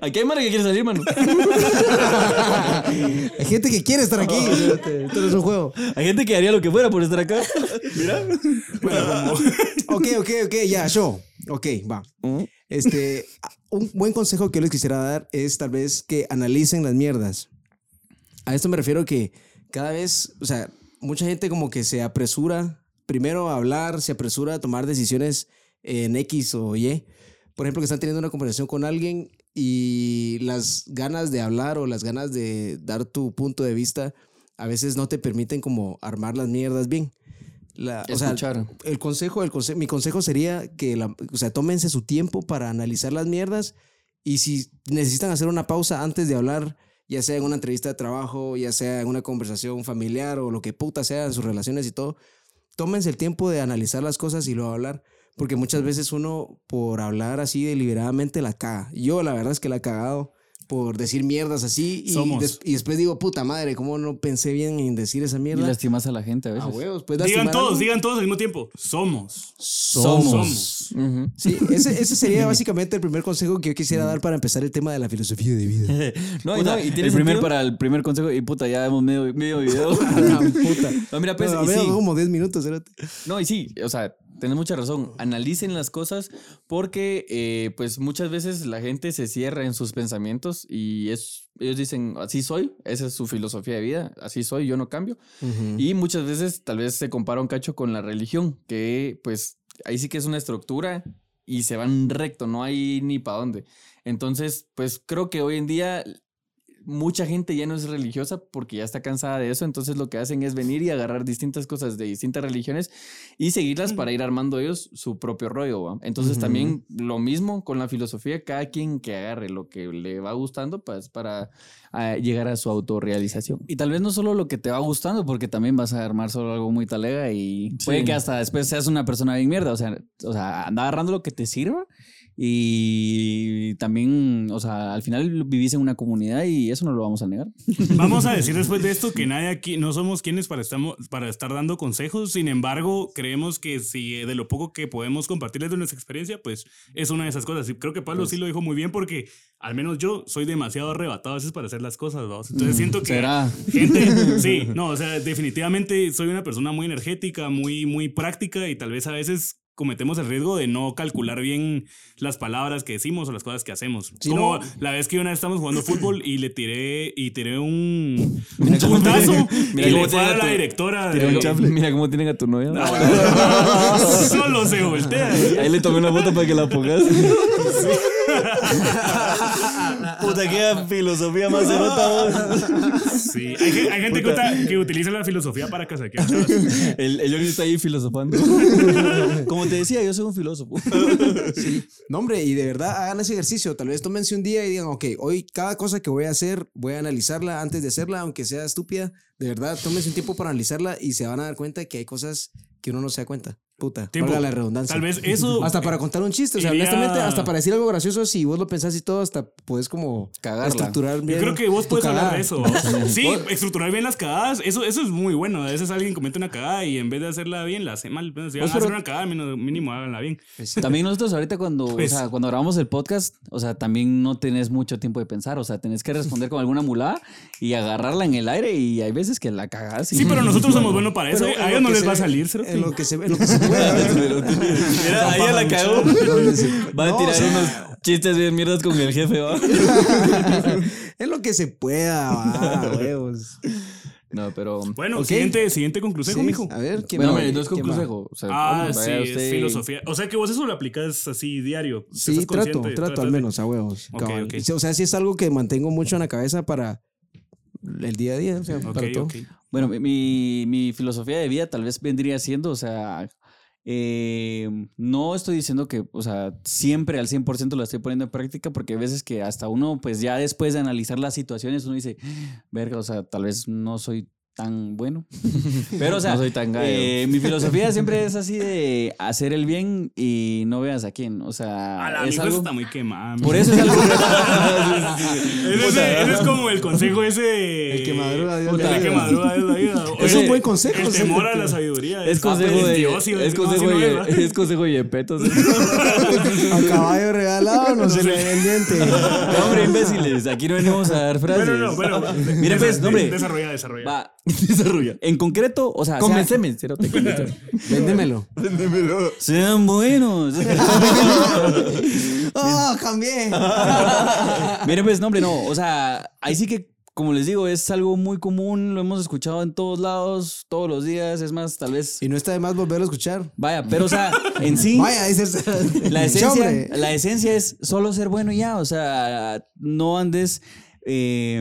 Speaker 4: aquí hay mara que quiere salir, mano.
Speaker 2: Hay gente que quiere estar aquí. cerote. Esto no es un juego.
Speaker 4: Hay gente que haría lo que fuera por estar acá.
Speaker 2: Ok, ok, ok, ya, yo. Ok, va. Este, un buen consejo que yo les quisiera dar es tal vez que analicen las mierdas. A esto me refiero que cada vez, o sea, mucha gente como que se apresura primero a hablar, se apresura a tomar decisiones en X o Y. Por ejemplo, que están teniendo una conversación con alguien y las ganas de hablar o las ganas de dar tu punto de vista a veces no te permiten como armar las mierdas bien. La, o sea,
Speaker 4: Escuchar.
Speaker 2: el consejo, el conse- mi consejo sería que la, o sea, tómense su tiempo para analizar las mierdas y si necesitan hacer una pausa antes de hablar, ya sea en una entrevista de trabajo, ya sea en una conversación familiar o lo que puta sea en sus relaciones y todo, tómense el tiempo de analizar las cosas y luego hablar, porque muchas veces uno por hablar así deliberadamente la caga. Yo la verdad es que la he cagado por decir mierdas así y,
Speaker 3: Somos.
Speaker 2: des- y después digo, puta madre, ¿cómo no pensé bien en decir esa
Speaker 1: Y
Speaker 2: mierda?
Speaker 1: lastimas a la gente a
Speaker 2: A
Speaker 4: Ah,
Speaker 1: veces.
Speaker 2: huevos, pues
Speaker 3: Digan
Speaker 2: lastimar a
Speaker 3: todos,
Speaker 2: alguien.
Speaker 3: digan todos al mismo tiempo. Somos.
Speaker 2: Somos. Sí, ese, ese sería básicamente el primer consejo que yo quisiera dar para empezar el tema de la filosofía de vida.
Speaker 4: No, y
Speaker 1: Puta,
Speaker 4: no, y tiene
Speaker 1: el primer
Speaker 4: sentido.
Speaker 1: para el primer consejo y puta ya hemos medio, medio video
Speaker 2: Gran Ah, puta.
Speaker 4: No, mira, pues,
Speaker 2: Bueno,
Speaker 4: y
Speaker 2: veo
Speaker 4: sí.
Speaker 2: como 10 minutos, espérate.
Speaker 4: No, y sí, o sea, tenés mucha razón. Analicen las cosas porque, eh, pues, muchas veces la gente se cierra en sus pensamientos y es, ellos dicen, así soy, esa es su filosofía de vida, así soy, yo no cambio. Y muchas veces tal vez se compara un cacho con la religión, que pues ahí sí que es una estructura y se van recto, no hay ni para dónde. Entonces, pues creo que hoy en día mucha gente ya no es religiosa porque ya está cansada de eso, entonces lo que hacen es venir y agarrar distintas cosas de distintas religiones y seguirlas para ir armando ellos su propio rollo. ¿va? Entonces
Speaker 2: Ujú.
Speaker 4: también lo mismo con la filosofía, cada quien que agarre lo que le va gustando pues para ah, llegar a su autorrealización.
Speaker 1: Y tal vez no solo lo que te va gustando, porque también vas a armar solo algo muy talega y puede que hasta después seas una persona bien mierda. O sea, o sea, anda agarrando lo que te sirva y también, o sea, al final vivís en una comunidad y eso no lo vamos a negar.
Speaker 3: Vamos a decir después de esto que nadie aquí, no somos quienes para, estamos, para estar dando consejos, sin embargo, creemos que si eh, de lo poco que podemos compartirles de nuestra experiencia, pues es una de esas cosas. Y creo que Pablo sí lo dijo muy bien porque al menos yo soy demasiado arrebatado a veces para hacer las cosas, vamos. Entonces siento que...
Speaker 1: Será.
Speaker 3: Gente, sí, no, o sea, definitivamente soy una persona muy energética, muy, muy práctica y tal vez a veces cometemos el riesgo de no calcular bien las palabras que decimos o las cosas que hacemos.
Speaker 2: Sí,
Speaker 3: Como
Speaker 2: no.
Speaker 3: la vez que una vez estamos jugando fútbol y le tiré y tiré un,
Speaker 4: Mira
Speaker 3: un
Speaker 4: cómo
Speaker 3: puntazo
Speaker 4: tiene- mira
Speaker 3: y
Speaker 4: cómo
Speaker 3: le fue
Speaker 4: tiene
Speaker 3: a la
Speaker 4: tu-
Speaker 3: directora.
Speaker 4: Tira
Speaker 3: de-
Speaker 4: un chanfle. Mira cómo tienen a tu novia.
Speaker 3: Solo se voltea.
Speaker 4: Ahí le tomé una foto para que la pongas. Puta, qué filosofía más derrota
Speaker 3: Sí, hay, gen- hay gente que, uta- que utiliza la filosofía para casaquear. chavas.
Speaker 4: El, el Johnny está ahí filosofando. Como te decía, yo soy un filósofo.
Speaker 2: No, hombre, y de verdad hagan ese ejercicio. Tal vez tómense un día y digan, ok, hoy cada cosa que voy a hacer, voy a analizarla antes de hacerla, aunque sea estúpida. De verdad, tómense un tiempo para analizarla y se van a dar cuenta que hay cosas que uno no se da cuenta. Puta,
Speaker 3: Tiempo.
Speaker 2: valga la redundancia.
Speaker 3: Tal vez eso.
Speaker 2: Hasta para contar un chiste, o sea,
Speaker 3: Iría-
Speaker 2: honestamente, hasta para decir algo gracioso, si vos lo pensás y todo, hasta puedes como
Speaker 4: Cagarla.
Speaker 2: estructurar
Speaker 3: Yo
Speaker 2: bien.
Speaker 3: creo que vos
Speaker 2: tu
Speaker 3: puedes hablar
Speaker 2: cagada.
Speaker 3: de eso. Sí, estructurar bien las cagadas. Eso, eso es muy bueno. A veces alguien comete una cagada y en vez de hacerla bien, la hace mal. Bueno, Si van
Speaker 1: Pues,
Speaker 3: a hacer
Speaker 1: pero-
Speaker 3: una cagada, mínimo, mínimo háganla bien.
Speaker 1: También nosotros ahorita cuando,
Speaker 3: Pues.
Speaker 1: o sea, cuando grabamos el podcast, o sea, también no tenés mucho tiempo de pensar, o sea, tenés que responder con alguna mulada y agarrarla en el aire y hay veces que la cagás. y-
Speaker 3: Sí, pero nosotros somos buenos para eso. ¿eh?
Speaker 2: Pero en
Speaker 3: a
Speaker 2: lo
Speaker 3: ellos no
Speaker 2: que
Speaker 3: les
Speaker 2: se-
Speaker 3: va a salir, ¿cierto?
Speaker 2: En lo que se, en lo que se pueda.
Speaker 4: Mira, ahí ya la cagó.
Speaker 2: Donde se-
Speaker 4: Va a
Speaker 2: no,
Speaker 4: tirar
Speaker 2: o sea,
Speaker 4: unos chistes bien mierdas con el jefe, ¿va?
Speaker 2: en lo que se pueda, va, huevos.
Speaker 4: No, pero.
Speaker 3: Bueno,
Speaker 2: Ok.
Speaker 3: siguiente, siguiente consejo,
Speaker 2: Sí,
Speaker 3: mijo.
Speaker 2: A ver, ¿quién
Speaker 4: Bueno,
Speaker 2: va?
Speaker 4: mire, no es con
Speaker 2: ¿Quién va?
Speaker 4: consejo. O sea,
Speaker 3: Ah,
Speaker 4: vamos,
Speaker 3: sí,
Speaker 4: vaya
Speaker 3: es
Speaker 4: usted-
Speaker 3: filosofía. O sea que vos eso lo aplicas así diario.
Speaker 2: Sí,
Speaker 3: Estás
Speaker 2: trato,
Speaker 3: consciente,
Speaker 2: trato al
Speaker 3: tratas de-
Speaker 2: menos, a huevos.
Speaker 3: Ok,
Speaker 2: cabal.
Speaker 3: ok.
Speaker 2: O sea, sí es algo que mantengo mucho en la cabeza para el día a día, o sea, para
Speaker 3: Ok,
Speaker 2: todo.
Speaker 3: ok.
Speaker 1: Bueno, mi- mi, mi filosofía de vida tal vez vendría siendo, o sea, eh, no estoy diciendo que, o sea, siempre al 100% la estoy poniendo en práctica porque hay veces que hasta uno, pues ya después de analizar las situaciones, uno dice, verga, o sea, tal vez no soy tan bueno. Pero, o sea,
Speaker 4: No soy tan gallo.
Speaker 1: eh, mi filosofía siempre es así de hacer el bien y no veas a quién, o sea,
Speaker 3: A la
Speaker 1: Ah, es
Speaker 3: mijo,
Speaker 1: algo-
Speaker 3: eso está muy quemada.
Speaker 1: Por eso es algo...
Speaker 3: Ese, ese- ese es como el consejo ese.
Speaker 2: El que madruga, Dios
Speaker 3: El
Speaker 2: le
Speaker 3: que
Speaker 2: ayuda.
Speaker 3: madruga, Dios le ayuda.
Speaker 2: Es un buen consejo,
Speaker 3: El
Speaker 2: sí.
Speaker 3: temor a la sabiduría.
Speaker 4: Es consejo
Speaker 3: Ah,
Speaker 4: de.
Speaker 3: Dios, y-
Speaker 4: Es
Speaker 3: no, así
Speaker 4: consejo
Speaker 3: no
Speaker 4: de.
Speaker 3: es, ¿verdad?
Speaker 4: Es consejo de Yepetos.
Speaker 2: A caballo regalado no se le ve el diente.
Speaker 1: No, hombre, imbéciles, aquí no venimos a dar frases.
Speaker 3: Bueno, no, bueno.
Speaker 1: Miren, pues,
Speaker 3: desa-
Speaker 1: no, hombre.
Speaker 3: Desarrolla, desarrolla.
Speaker 1: Va. Desarrolla. En concreto, o sea, sean,
Speaker 4: Convenceme, cero te
Speaker 2: Véndemelo.
Speaker 1: sean buenos.
Speaker 2: ¡Oh, cambié!
Speaker 1: Miren, pues, no, hombre, no. O sea, ahí sí que, como les digo, es algo muy común, lo hemos escuchado en todos lados, todos los días. Es más, tal vez.
Speaker 2: Y no está de más volverlo a escuchar.
Speaker 1: Vaya, pero, o sea, en sí.
Speaker 2: Vaya, dices.
Speaker 1: La
Speaker 2: Sí,
Speaker 1: esencia,
Speaker 2: hombre.
Speaker 1: la esencia es solo ser bueno y ya, o sea, no andes eh,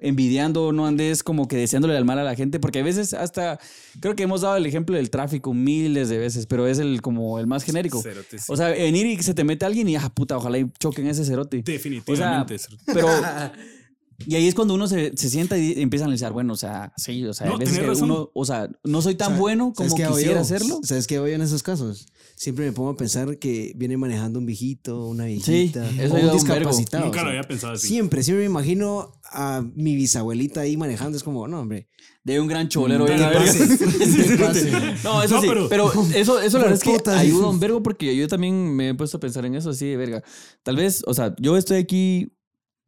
Speaker 1: envidiando, no andes como que deseándole al mal a la gente, porque a veces hasta, creo que hemos dado el ejemplo del tráfico miles de veces, pero es el como el más genérico.
Speaker 3: Cerote, sí.
Speaker 1: O sea, venir y que se te mete alguien y, ah, puta, ojalá y choquen ese cerote.
Speaker 3: Definitivamente.
Speaker 1: O sea, pero... Y ahí es cuando uno se, se sienta y empieza a analizar, bueno, o sea, sí, o sea,
Speaker 3: No,
Speaker 1: hay veces
Speaker 3: tenés
Speaker 1: que
Speaker 3: razón.
Speaker 1: uno, o sea, no soy tan bueno
Speaker 2: ¿Sabes
Speaker 1: como
Speaker 2: qué hago
Speaker 1: quisiera
Speaker 2: yo?
Speaker 1: hacerlo.
Speaker 2: ¿Sabes qué voy en esos casos? Siempre me pongo a pensar que viene manejando un viejito, una viejita,
Speaker 1: eso
Speaker 2: o
Speaker 1: ayuda
Speaker 2: un
Speaker 1: un
Speaker 2: discapacitado.
Speaker 3: Nunca
Speaker 2: o
Speaker 3: lo
Speaker 2: sea,
Speaker 3: había pensado así.
Speaker 2: Siempre, siempre me imagino a mi bisabuelita ahí manejando. Es como, no, hombre.
Speaker 1: De un gran cholero. bien
Speaker 3: Pero
Speaker 1: a ver.
Speaker 3: pases.
Speaker 2: ¿Qué pasa?
Speaker 4: No, eso
Speaker 3: No,
Speaker 4: sí.
Speaker 3: pero-
Speaker 4: Pero, eso, eso la verdad es que
Speaker 2: Puta,
Speaker 4: ayuda
Speaker 2: dices.
Speaker 4: un vergo porque yo también me he puesto a pensar en eso así de verga. Tal vez, o sea, yo estoy aquí.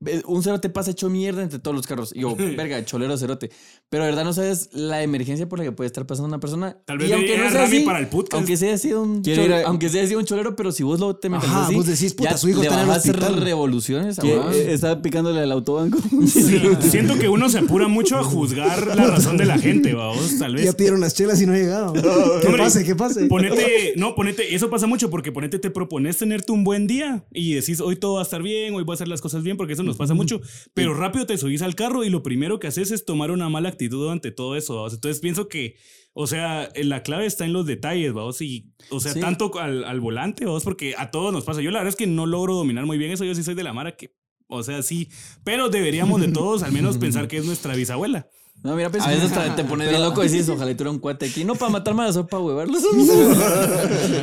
Speaker 4: eh, Un cerote pasa hecho mierda entre todos los carros. Y yo, verga, cholero cerote. Pero de verdad no sabes la emergencia por la que puede estar pasando una persona.
Speaker 3: Tal vez
Speaker 4: y aunque
Speaker 3: debería
Speaker 4: no sea
Speaker 3: Rami
Speaker 4: así,
Speaker 3: para el podcast.
Speaker 4: Aunque sea así un
Speaker 1: Quiere ir
Speaker 4: cholero,
Speaker 1: a-
Speaker 4: aunque sea así un cholero, pero si vos lo te metes
Speaker 2: Ajá,
Speaker 4: así,
Speaker 2: vos decís, puta,
Speaker 4: ya
Speaker 2: su hijo
Speaker 4: le
Speaker 2: está en el
Speaker 4: bajás
Speaker 2: hospital.
Speaker 4: revoluciones.
Speaker 1: Que,
Speaker 4: ajá.
Speaker 1: eh, está picándole al autobanco.
Speaker 3: Sí, Siento que uno se apura mucho a juzgar la razón de la gente, vamos, tal vez.
Speaker 2: Ya pidieron las chelas y no ha llegado. ¿Qué
Speaker 3: Hombre,
Speaker 2: pase? ¿Qué pase?
Speaker 3: Ponete, no, ponete, eso pasa mucho porque ponete, te propones tenerte un buen día y decís, hoy todo va a estar bien, hoy voy a hacer las cosas bien, porque eso nos pasa mucho, pero rápido te subís al carro y lo primero que haces es tomar una mala actitud ante todo eso, vamos. Entonces pienso que, o sea, eh, la clave está en los detalles, vamos, y, o sea,
Speaker 4: Sí.
Speaker 3: tanto al, al volante, vamos, porque a todos nos pasa. Yo la verdad es que no logro dominar muy bien eso, yo sí soy de la mara que, o sea, sí, pero deberíamos de todos al menos pensar que es nuestra bisabuela.
Speaker 1: No, mira, pues,
Speaker 4: A veces hasta te pones
Speaker 1: pero-
Speaker 4: bien loco y dices, ojalá y tuviera un cuate aquí. No para matarme a la sopa, huevarlos.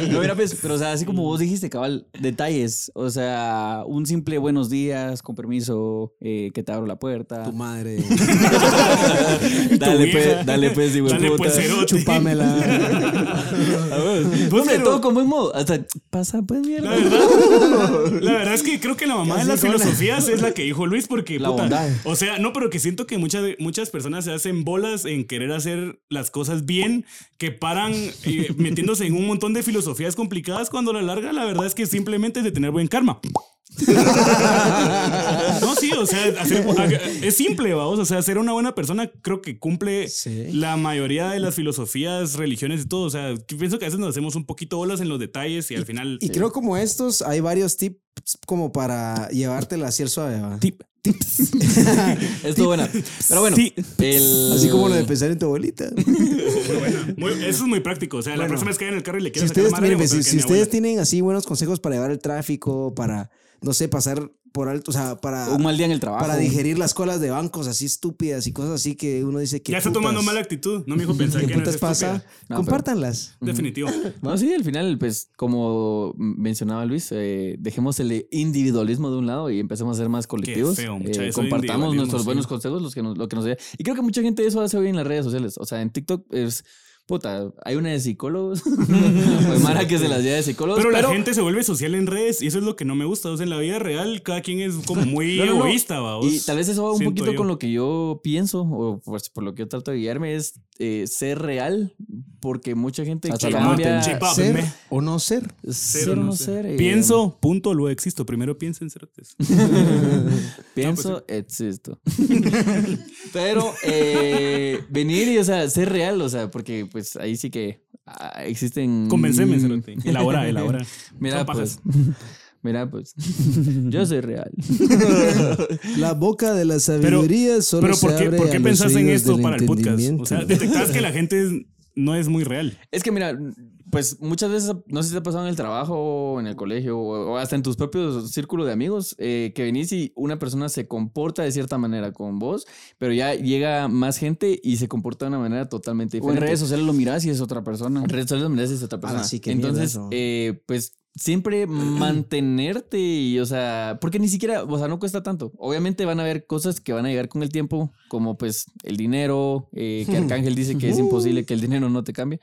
Speaker 1: No, mira, pues, pero o sea, así como vos dijiste, cabal, detalles. O sea, un simple buenos días, con permiso, eh, que te abro la puerta.
Speaker 2: Tu madre.
Speaker 1: Dale,
Speaker 3: Tu vieja.
Speaker 1: pues, dale, pues, hijo de
Speaker 3: Dale, pues,
Speaker 1: puta.
Speaker 3: cerote.
Speaker 2: Chúpamela.
Speaker 1: Hombre,
Speaker 3: pero-
Speaker 1: todo con buen modo. Hasta pasa, pues,
Speaker 3: La
Speaker 1: mierda.
Speaker 3: verdad, la verdad es que creo que la mamá de las filosofías es la que dijo Luis, porque
Speaker 4: La
Speaker 3: puta,
Speaker 4: bondad.
Speaker 3: O sea, no, pero que siento que muchas, muchas personas se hacen bolas en querer hacer las cosas bien, que paran eh, metiéndose en un montón de filosofías complicadas cuando a la larga la verdad es que simplemente es de tener buen karma. No, sí, o sea, hacer- es simple, vamos. O sea, ser una buena persona creo que cumple
Speaker 2: Sí.
Speaker 3: la mayoría de las filosofías, religiones y todo. O sea, yo pienso que a veces nos hacemos un poquito bolas en los detalles y al final.
Speaker 2: Y creo como estos, hay varios tips como para llevártela así el suave, ¿va?
Speaker 1: Tip.
Speaker 4: Esto buena. Pero bueno,
Speaker 3: Sí.
Speaker 4: el-
Speaker 2: Así como lo de pensar en tu abuelita. si
Speaker 3: Muy- eso es muy práctico. O sea, la persona es que hay en el carro y le quiere sacar
Speaker 2: ustedes,
Speaker 3: madre,
Speaker 2: miren,
Speaker 3: o
Speaker 2: pues,
Speaker 3: sea,
Speaker 2: si,
Speaker 3: que
Speaker 2: si
Speaker 3: mi
Speaker 2: ustedes
Speaker 3: abuela.
Speaker 2: tienen así buenos consejos para llevar el tráfico, para no sé, pasar por alto, o sea, para,
Speaker 1: Un mal día en el trabajo.
Speaker 2: para digerir las colas de bancos así estúpidas y cosas así que uno dice que.
Speaker 3: Ya está tomando mala actitud. No me dijo pensar
Speaker 2: ¿Qué
Speaker 3: que
Speaker 2: putas
Speaker 3: no
Speaker 2: pasa?
Speaker 4: No,
Speaker 2: Compártanlas.
Speaker 3: Definitivo.
Speaker 4: Bueno, sí, al final, pues, como mencionaba Luis, eh, dejemos el individualismo de un lado y empecemos a ser más colectivos.
Speaker 3: feo, mucha
Speaker 4: Eh,
Speaker 3: eso de
Speaker 4: compartamos
Speaker 3: individualismo,
Speaker 4: nuestros
Speaker 3: sí.
Speaker 4: buenos consejos, los que nos, lo que nos da. Y creo que mucha gente eso hace hoy en las redes sociales. O sea, en TikTok es. Puta, hay una de psicólogos. pues Mara que se las lleva de psicólogos.
Speaker 2: Pues
Speaker 3: Pero
Speaker 4: Pero,
Speaker 3: la gente se vuelve social en redes y eso es lo que no me gusta. O sea, en la vida real, cada quien es como muy
Speaker 4: No, no, no.
Speaker 3: egoísta, va.
Speaker 4: Y tal vez eso va un
Speaker 3: Siento
Speaker 4: poquito
Speaker 3: yo.
Speaker 4: con lo que yo pienso, o pues, por lo que yo trato de guiarme, es eh, ser real, porque mucha gente
Speaker 1: Hasta
Speaker 4: que
Speaker 1: la
Speaker 4: cambia
Speaker 3: muerte. Chip.
Speaker 2: Ser
Speaker 3: Pápenme.
Speaker 2: o no ser.
Speaker 4: ser,
Speaker 3: Ser o
Speaker 4: no
Speaker 3: no
Speaker 4: ser, eh,
Speaker 3: Pienso, punto, luego existo. Primero piensen, cerotes.
Speaker 1: pues
Speaker 4: Pienso, existo. Pero eh, venir y, o sea, ser real, o sea, porque pues ahí sí que ah, existen.
Speaker 3: Convenceme,
Speaker 2: Mm.
Speaker 3: cerote. Elabora, elabora.
Speaker 4: Mira,
Speaker 3: Son
Speaker 4: pues.
Speaker 3: pajas.
Speaker 4: Mira, pues. Yo soy real.
Speaker 2: La boca de la
Speaker 3: Pero,
Speaker 2: sabiduría solo
Speaker 3: pero ¿por
Speaker 2: se
Speaker 3: qué,
Speaker 2: abre
Speaker 3: por qué
Speaker 2: a los
Speaker 3: pensás en
Speaker 2: oídos
Speaker 3: esto
Speaker 2: del
Speaker 3: para el podcast? O sea,
Speaker 2: entendimiento.
Speaker 3: detectás que la gente es- no es muy real.
Speaker 4: Es que mira, pues muchas veces, no sé si te ha pasado en el trabajo, en el colegio, o, o hasta en tus propios círculos de amigos, eh, que venís y una persona se comporta de cierta manera con vos, pero ya llega más gente y se comporta de una manera totalmente
Speaker 1: O en
Speaker 4: diferente.
Speaker 1: redes sociales lo miras y es otra persona.
Speaker 4: En redes sociales me haces otra persona.
Speaker 2: sí, qué mierda
Speaker 4: Entonces,
Speaker 2: eso.
Speaker 4: eh, pues siempre mantenerte y, o sea, porque ni siquiera, o sea, no cuesta tanto. Obviamente van a haber cosas que van a llegar con el tiempo, como pues el dinero, eh, que Arcángel dice que es imposible que el dinero no te cambie.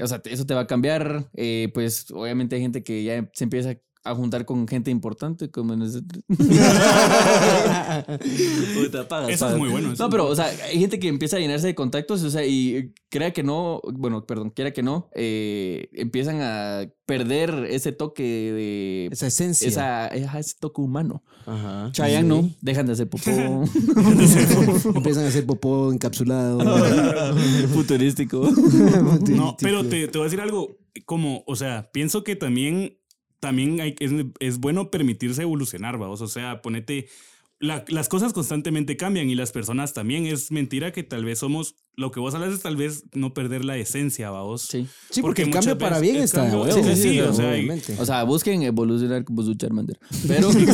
Speaker 4: O sea, te- eso te va a cambiar. eh, pues obviamente hay gente que ya se empieza a juntar con gente importante, como en ese- Puta, pagas,
Speaker 3: Eso es
Speaker 4: pagas.
Speaker 3: muy bueno, eso
Speaker 4: No,
Speaker 3: es
Speaker 4: pero,
Speaker 3: muy
Speaker 4: o sea, hay gente que empieza a llenarse de contactos, o sea, y eh, crea que no, bueno, perdón, quiera que no, eh, empiezan a perder ese toque de.
Speaker 2: Esa esencia.
Speaker 4: esa- ajá, ese toque humano.
Speaker 2: Ajá.
Speaker 1: Chayanne no.
Speaker 4: Dejan de hacer popó.
Speaker 2: Empiezan a hacer popó encapsulado.
Speaker 4: Futurístico.
Speaker 3: No, pero te, te voy a decir algo, como, o sea, pienso que también, también hay- es, es bueno permitirse evolucionar, vamos, o sea, ponete, la- las cosas constantemente cambian y las personas también, es mentira que tal vez somos, lo que vos hablas es tal vez no perder la esencia, vamos.
Speaker 4: Sí.
Speaker 2: Sí, porque, el
Speaker 3: muchas
Speaker 2: cambio para
Speaker 3: veces
Speaker 2: bien
Speaker 3: el
Speaker 2: está de
Speaker 3: cambio-
Speaker 2: huevo.
Speaker 3: Sí, sí, sí,
Speaker 2: claro,
Speaker 3: o sea, y-
Speaker 2: obviamente.
Speaker 4: O sea, busquen evolucionar como su Charmander. Pero,
Speaker 3: Sí,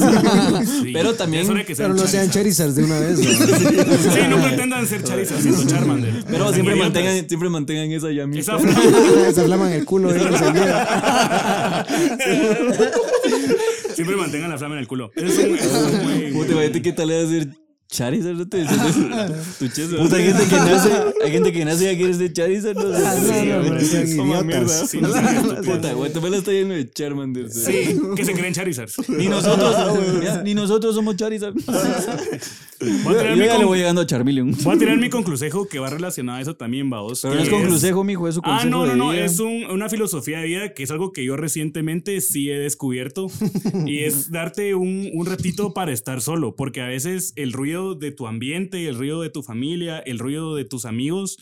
Speaker 4: pero
Speaker 3: ya
Speaker 4: también.
Speaker 3: es hora que
Speaker 2: Pero no sean
Speaker 3: Charizard.
Speaker 2: Charizards de una vez. ¿no?
Speaker 3: Sí, no pretendan ser Charizard, siendo Charmander.
Speaker 4: Pero
Speaker 3: Sean
Speaker 4: siempre
Speaker 3: idiotas.
Speaker 4: mantengan, siempre mantengan esa llamita.
Speaker 3: Esa frase-
Speaker 2: Se flama en el culo. ¿eh?
Speaker 3: siempre mantengan la flama en el culo. Es un- es un buen-
Speaker 4: Puta, imagínate qué tal le va a decir Charizard, no te tu cheso. Puta, hay gente que nace, hay gente que nace y ya quiere ser Charizard, no
Speaker 2: Ah, no,
Speaker 4: sé.
Speaker 2: no,
Speaker 3: hombre,
Speaker 2: pero sean
Speaker 3: coman
Speaker 2: idiotas.
Speaker 3: mierda, sí, no sean estúpidos.
Speaker 4: Puta, Guatemala está lleno de Charmander. Sí.
Speaker 3: Sí, que se creen Charizard.
Speaker 4: Ni nosotros, ya, ni nosotros somos Charizard.
Speaker 3: Voy a
Speaker 4: Yo
Speaker 3: tirar, mi,
Speaker 4: ya le
Speaker 3: con-
Speaker 4: voy llegando a Charmeleon.
Speaker 3: voy a tirar mi consejo que va relacionado a eso también, vaos.
Speaker 4: Pero no es
Speaker 3: que
Speaker 4: con consejo, mijo, es su
Speaker 3: Ah,
Speaker 4: consejo
Speaker 3: no, no,
Speaker 4: de
Speaker 3: no,
Speaker 4: vida.
Speaker 3: es un- una filosofía de vida que es algo que yo recientemente sí he descubierto y es darte un, un ratito para estar solo, porque a veces el ruido de tu ambiente, el ruido de tu familia, el ruido de tus amigos,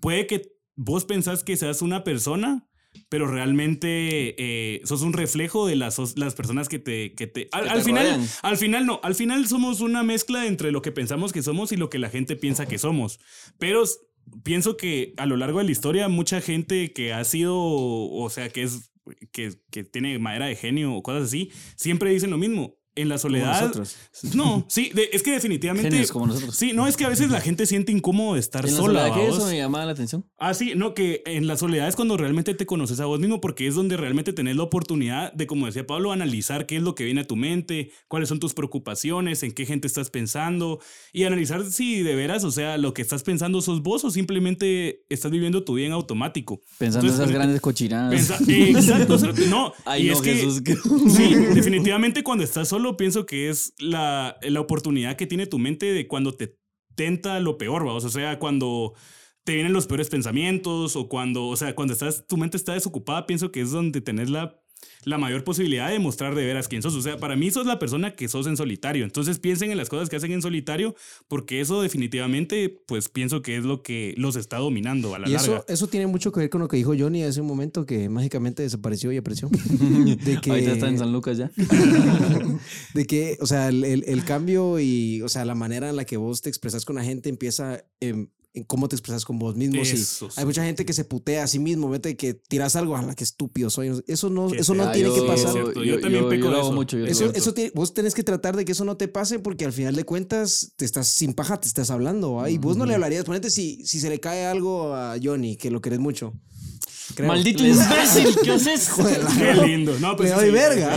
Speaker 3: puede que vos pensás que seas una persona, pero realmente eh, sos un reflejo de las, sos- las personas que te... Que te, al,
Speaker 4: te
Speaker 3: al final,
Speaker 4: rodean.
Speaker 3: al final no, al final somos una mezcla entre lo que pensamos que somos y lo que la gente piensa que somos. Pero s- pienso que a lo largo de la historia mucha gente que ha sido, o sea, que es... Que, que tiene madera de genio o cosas así, siempre dicen lo mismo. En la soledad...
Speaker 4: nosotros.
Speaker 3: No, sí, de- es que definitivamente...
Speaker 4: Genios como nosotros.
Speaker 3: Sí, no, es que a veces la gente siente incómodo de estar
Speaker 4: En la
Speaker 3: sola.
Speaker 4: soledad, que
Speaker 3: ¿vaos?
Speaker 4: eso me llamaba la atención.
Speaker 3: Ah, sí, no, que en la soledad es cuando realmente te conoces a vos mismo, porque es donde realmente tenés la oportunidad de, como decía Pablo, analizar qué es lo que viene a tu mente, cuáles son tus preocupaciones, en qué gente estás pensando, y analizar si de veras, o sea, lo que estás pensando sos vos o simplemente estás viviendo tu vida en automático.
Speaker 1: Pensando
Speaker 3: Entonces,
Speaker 1: esas
Speaker 3: ponete-
Speaker 1: grandes cochinadas.
Speaker 3: Pensa- eh, Exacto, cero- no.
Speaker 4: Ah. Ay,
Speaker 3: y
Speaker 4: no,
Speaker 3: es que,
Speaker 4: Jesús, que-
Speaker 3: Sí, definitivamente cuando estás solo pienso que es la, la oportunidad que tiene tu mente de cuando te tenta lo peor, vamos, o sea, cuando te vienen los peores pensamientos o cuando, o sea, cuando estás, tu mente está desocupada, pienso que es donde tenés la, la mayor posibilidad de mostrar de veras quién sos. O sea, para mí sos la persona que sos en solitario. Entonces piensen en las cosas que hacen en solitario porque eso definitivamente, pues pienso que es lo que los está dominando a la
Speaker 2: Y
Speaker 3: larga.
Speaker 2: eso, eso tiene mucho que ver con lo que dijo Johnny hace un momento que mágicamente desapareció y apareció. De que,
Speaker 4: Ahorita está en San Lucas ya.
Speaker 2: de que, o sea, el, el- el cambio y, o sea, la manera en la que vos te expresas con la gente empieza em, en cómo te expresas con vos mismo. Si
Speaker 3: Eso sí.
Speaker 2: hay mucha gente que se putea a sí mismo, vete que tiras algo, "Ah, la que estúpido soy. Eso no,
Speaker 3: Qué
Speaker 2: eso no
Speaker 3: feo.
Speaker 2: tiene
Speaker 3: Yo-
Speaker 2: que pasar.
Speaker 3: Cierto, yo también peco
Speaker 4: lo
Speaker 3: de
Speaker 4: hago
Speaker 3: eso.
Speaker 4: mucho. yo lo
Speaker 2: Eso,
Speaker 4: hago.
Speaker 2: eso tiene- vos tenés que tratar de que eso no te pase porque al final de cuentas te estás sin paja, te estás hablando. ¿va? Y vos no le hablarías, ponete si, si se le cae algo a Johnny, que lo querés mucho. Creo.
Speaker 4: Maldito imbécil, ¿qué haces?
Speaker 2: Joder, la-
Speaker 3: Qué lindo. No, pues
Speaker 2: le
Speaker 3: sí,
Speaker 2: doy
Speaker 3: sí.
Speaker 2: verga.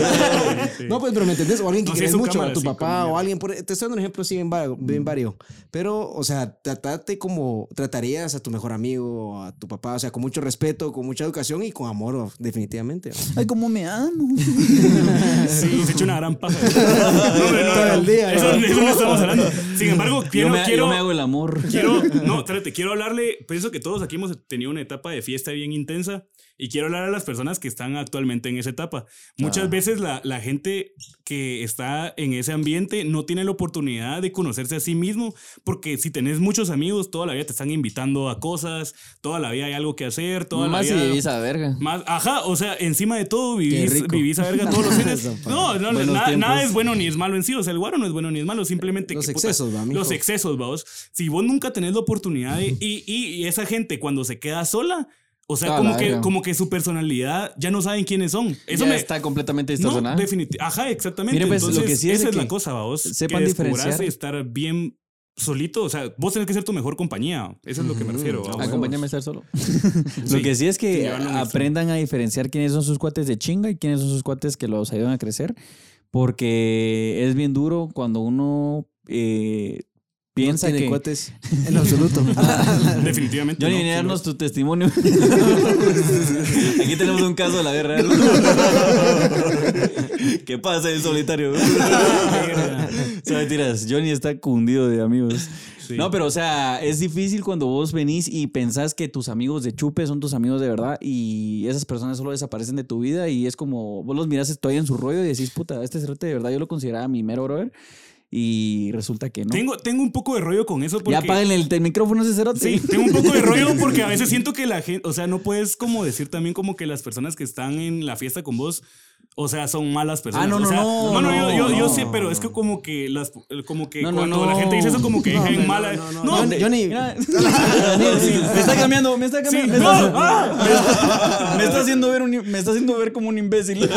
Speaker 3: Sí, sí.
Speaker 2: No, pues, pero me entendés, o alguien que
Speaker 3: No, sí,
Speaker 2: querés
Speaker 3: su
Speaker 2: mucho,
Speaker 3: cámara,
Speaker 2: a tu
Speaker 3: sí,
Speaker 2: papá
Speaker 3: cámara.
Speaker 2: o alguien. Por, te estoy dando un ejemplo, sí, bien vario, bien vario. Pero, o sea, tratate como tratarías a tu mejor amigo, o a tu papá, o sea, con mucho respeto, con mucha educación y con amor, o- definitivamente. ¿va?
Speaker 1: Ay, cómo me amo.
Speaker 3: Sí, se echó una gran paja. No, no, no,
Speaker 2: Todo
Speaker 3: no.
Speaker 2: el día,
Speaker 3: Eso,
Speaker 2: ¿no?
Speaker 3: eso no estamos hablando. Sin embargo, quiero,
Speaker 4: yo, me,
Speaker 3: quiero,
Speaker 4: yo me hago el amor.
Speaker 3: quiero, no, espérate, quiero hablarle, pienso que todos aquí hemos tenido una etapa de fiesta bien intensa y quiero hablar a las personas que están actualmente en esa etapa. Muchas
Speaker 4: Ah.
Speaker 3: veces la, la gente que está en ese ambiente no tiene la oportunidad de conocerse a sí mismo porque si tenés muchos amigos, toda la vida te están invitando a cosas, toda la vida hay algo que hacer, toda
Speaker 4: Más si
Speaker 3: la vida...
Speaker 4: vivís a verga.
Speaker 3: Más, ajá, o sea, encima de todo
Speaker 2: Qué
Speaker 3: vivís,
Speaker 2: rico.
Speaker 3: vivís a verga todos los fines. No, no,
Speaker 4: Buenos
Speaker 3: nada,
Speaker 4: tiempos.
Speaker 3: nada es bueno ni es malo en sí. O sea, el guaro no es bueno ni es malo, simplemente
Speaker 2: Los
Speaker 3: que, puta,
Speaker 2: excesos, va, mijo.
Speaker 3: Los excesos, vaos. Si vos nunca tenés la oportunidad de- y, y- y esa gente cuando se queda sola, o sea,
Speaker 4: Ah,
Speaker 3: como
Speaker 4: la
Speaker 3: que,
Speaker 4: verga.
Speaker 3: como que su personalidad ya no saben quiénes son. Eso
Speaker 4: ya
Speaker 3: me.
Speaker 4: está completamente
Speaker 3: no,
Speaker 4: distorsionada.
Speaker 3: definiti- Ajá, exactamente.
Speaker 4: Mire, pues, lo
Speaker 3: Entonces,
Speaker 4: que sí es
Speaker 3: esa
Speaker 4: de
Speaker 3: es la
Speaker 4: que
Speaker 3: cosa, vaos.
Speaker 4: sepan
Speaker 3: que descubrás
Speaker 4: diferenciar.
Speaker 3: y estar bien solito. O sea, vos tenés que ser tu mejor compañía. Eso es lo que me refiero. vaos.
Speaker 4: Acompáñame a estar solo.
Speaker 1: Lo que sí es
Speaker 3: sin
Speaker 1: que
Speaker 3: llevarlo a un extremo.
Speaker 1: aprendan a diferenciar quiénes son sus cuates de chinga y quiénes son sus cuates que los ayudan a crecer. Porque es bien duro cuando uno eh, piensa
Speaker 2: No tiene
Speaker 1: que.
Speaker 2: cuates en lo absoluto. Ah,
Speaker 3: Definitivamente.
Speaker 4: Johnny,
Speaker 3: Ah, no,
Speaker 4: vine a
Speaker 3: sin duda.
Speaker 4: darnos tu testimonio. Aquí tenemos un caso de la guerra. ¿Qué pasa en solitario? Son mentiras.
Speaker 1: Johnny está cundido de amigos.
Speaker 3: Sí.
Speaker 1: No, pero o sea, es difícil cuando vos venís y pensás que tus amigos de chupe son tus amigos de verdad y esas personas solo desaparecen de tu vida y es como vos los mirás todavía en su rollo y decís, puta, este cerrote de verdad yo lo consideraba mi mero brother y resulta que no.
Speaker 3: Tengo, tengo un poco de rollo con eso porque...
Speaker 1: ya apaguen el, el micrófono a ese cerote.
Speaker 3: Sí, tengo un poco de rollo porque a veces siento que la gente, o sea, no puedes como decir también como que las personas que están en la fiesta con vos, o sea, son malas personas.
Speaker 1: Ah, no,
Speaker 3: O
Speaker 1: no,
Speaker 3: sea,
Speaker 1: no,
Speaker 3: no, yo, yo, yo
Speaker 1: no.
Speaker 3: sé, pero es que como que las, como que
Speaker 1: No, no,
Speaker 3: cuando
Speaker 1: no.
Speaker 3: la gente dice eso como que
Speaker 2: No,
Speaker 3: deja en
Speaker 2: hombre,
Speaker 3: mala.
Speaker 2: no, no,
Speaker 3: No,
Speaker 2: no. Johnny, Johnny,
Speaker 1: Mira, me está cambiando, me está
Speaker 3: sí,
Speaker 1: cambiando.
Speaker 3: no,
Speaker 1: me, está,
Speaker 3: ah,
Speaker 1: me está haciendo ver un, me está haciendo ver como un imbécil.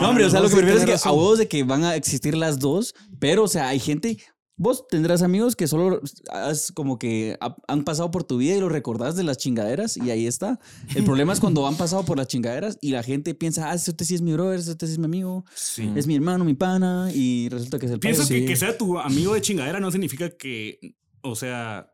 Speaker 1: no, hombre, o sea, lo que me refiero es que a huevos de que van a existir las dos, pero o sea, hay gente Vos tendrás amigos que solo has como que ha- han pasado por tu vida y los recordás de las chingaderas y ahí está. El problema es cuando han pasado por las chingaderas y la gente piensa, ah, este sí es mi brother, este sí es mi amigo, es mi hermano, mi pana y resulta que es el
Speaker 3: Pienso
Speaker 1: payo.
Speaker 3: que que sea tu amigo de chingadera no significa que, o sea,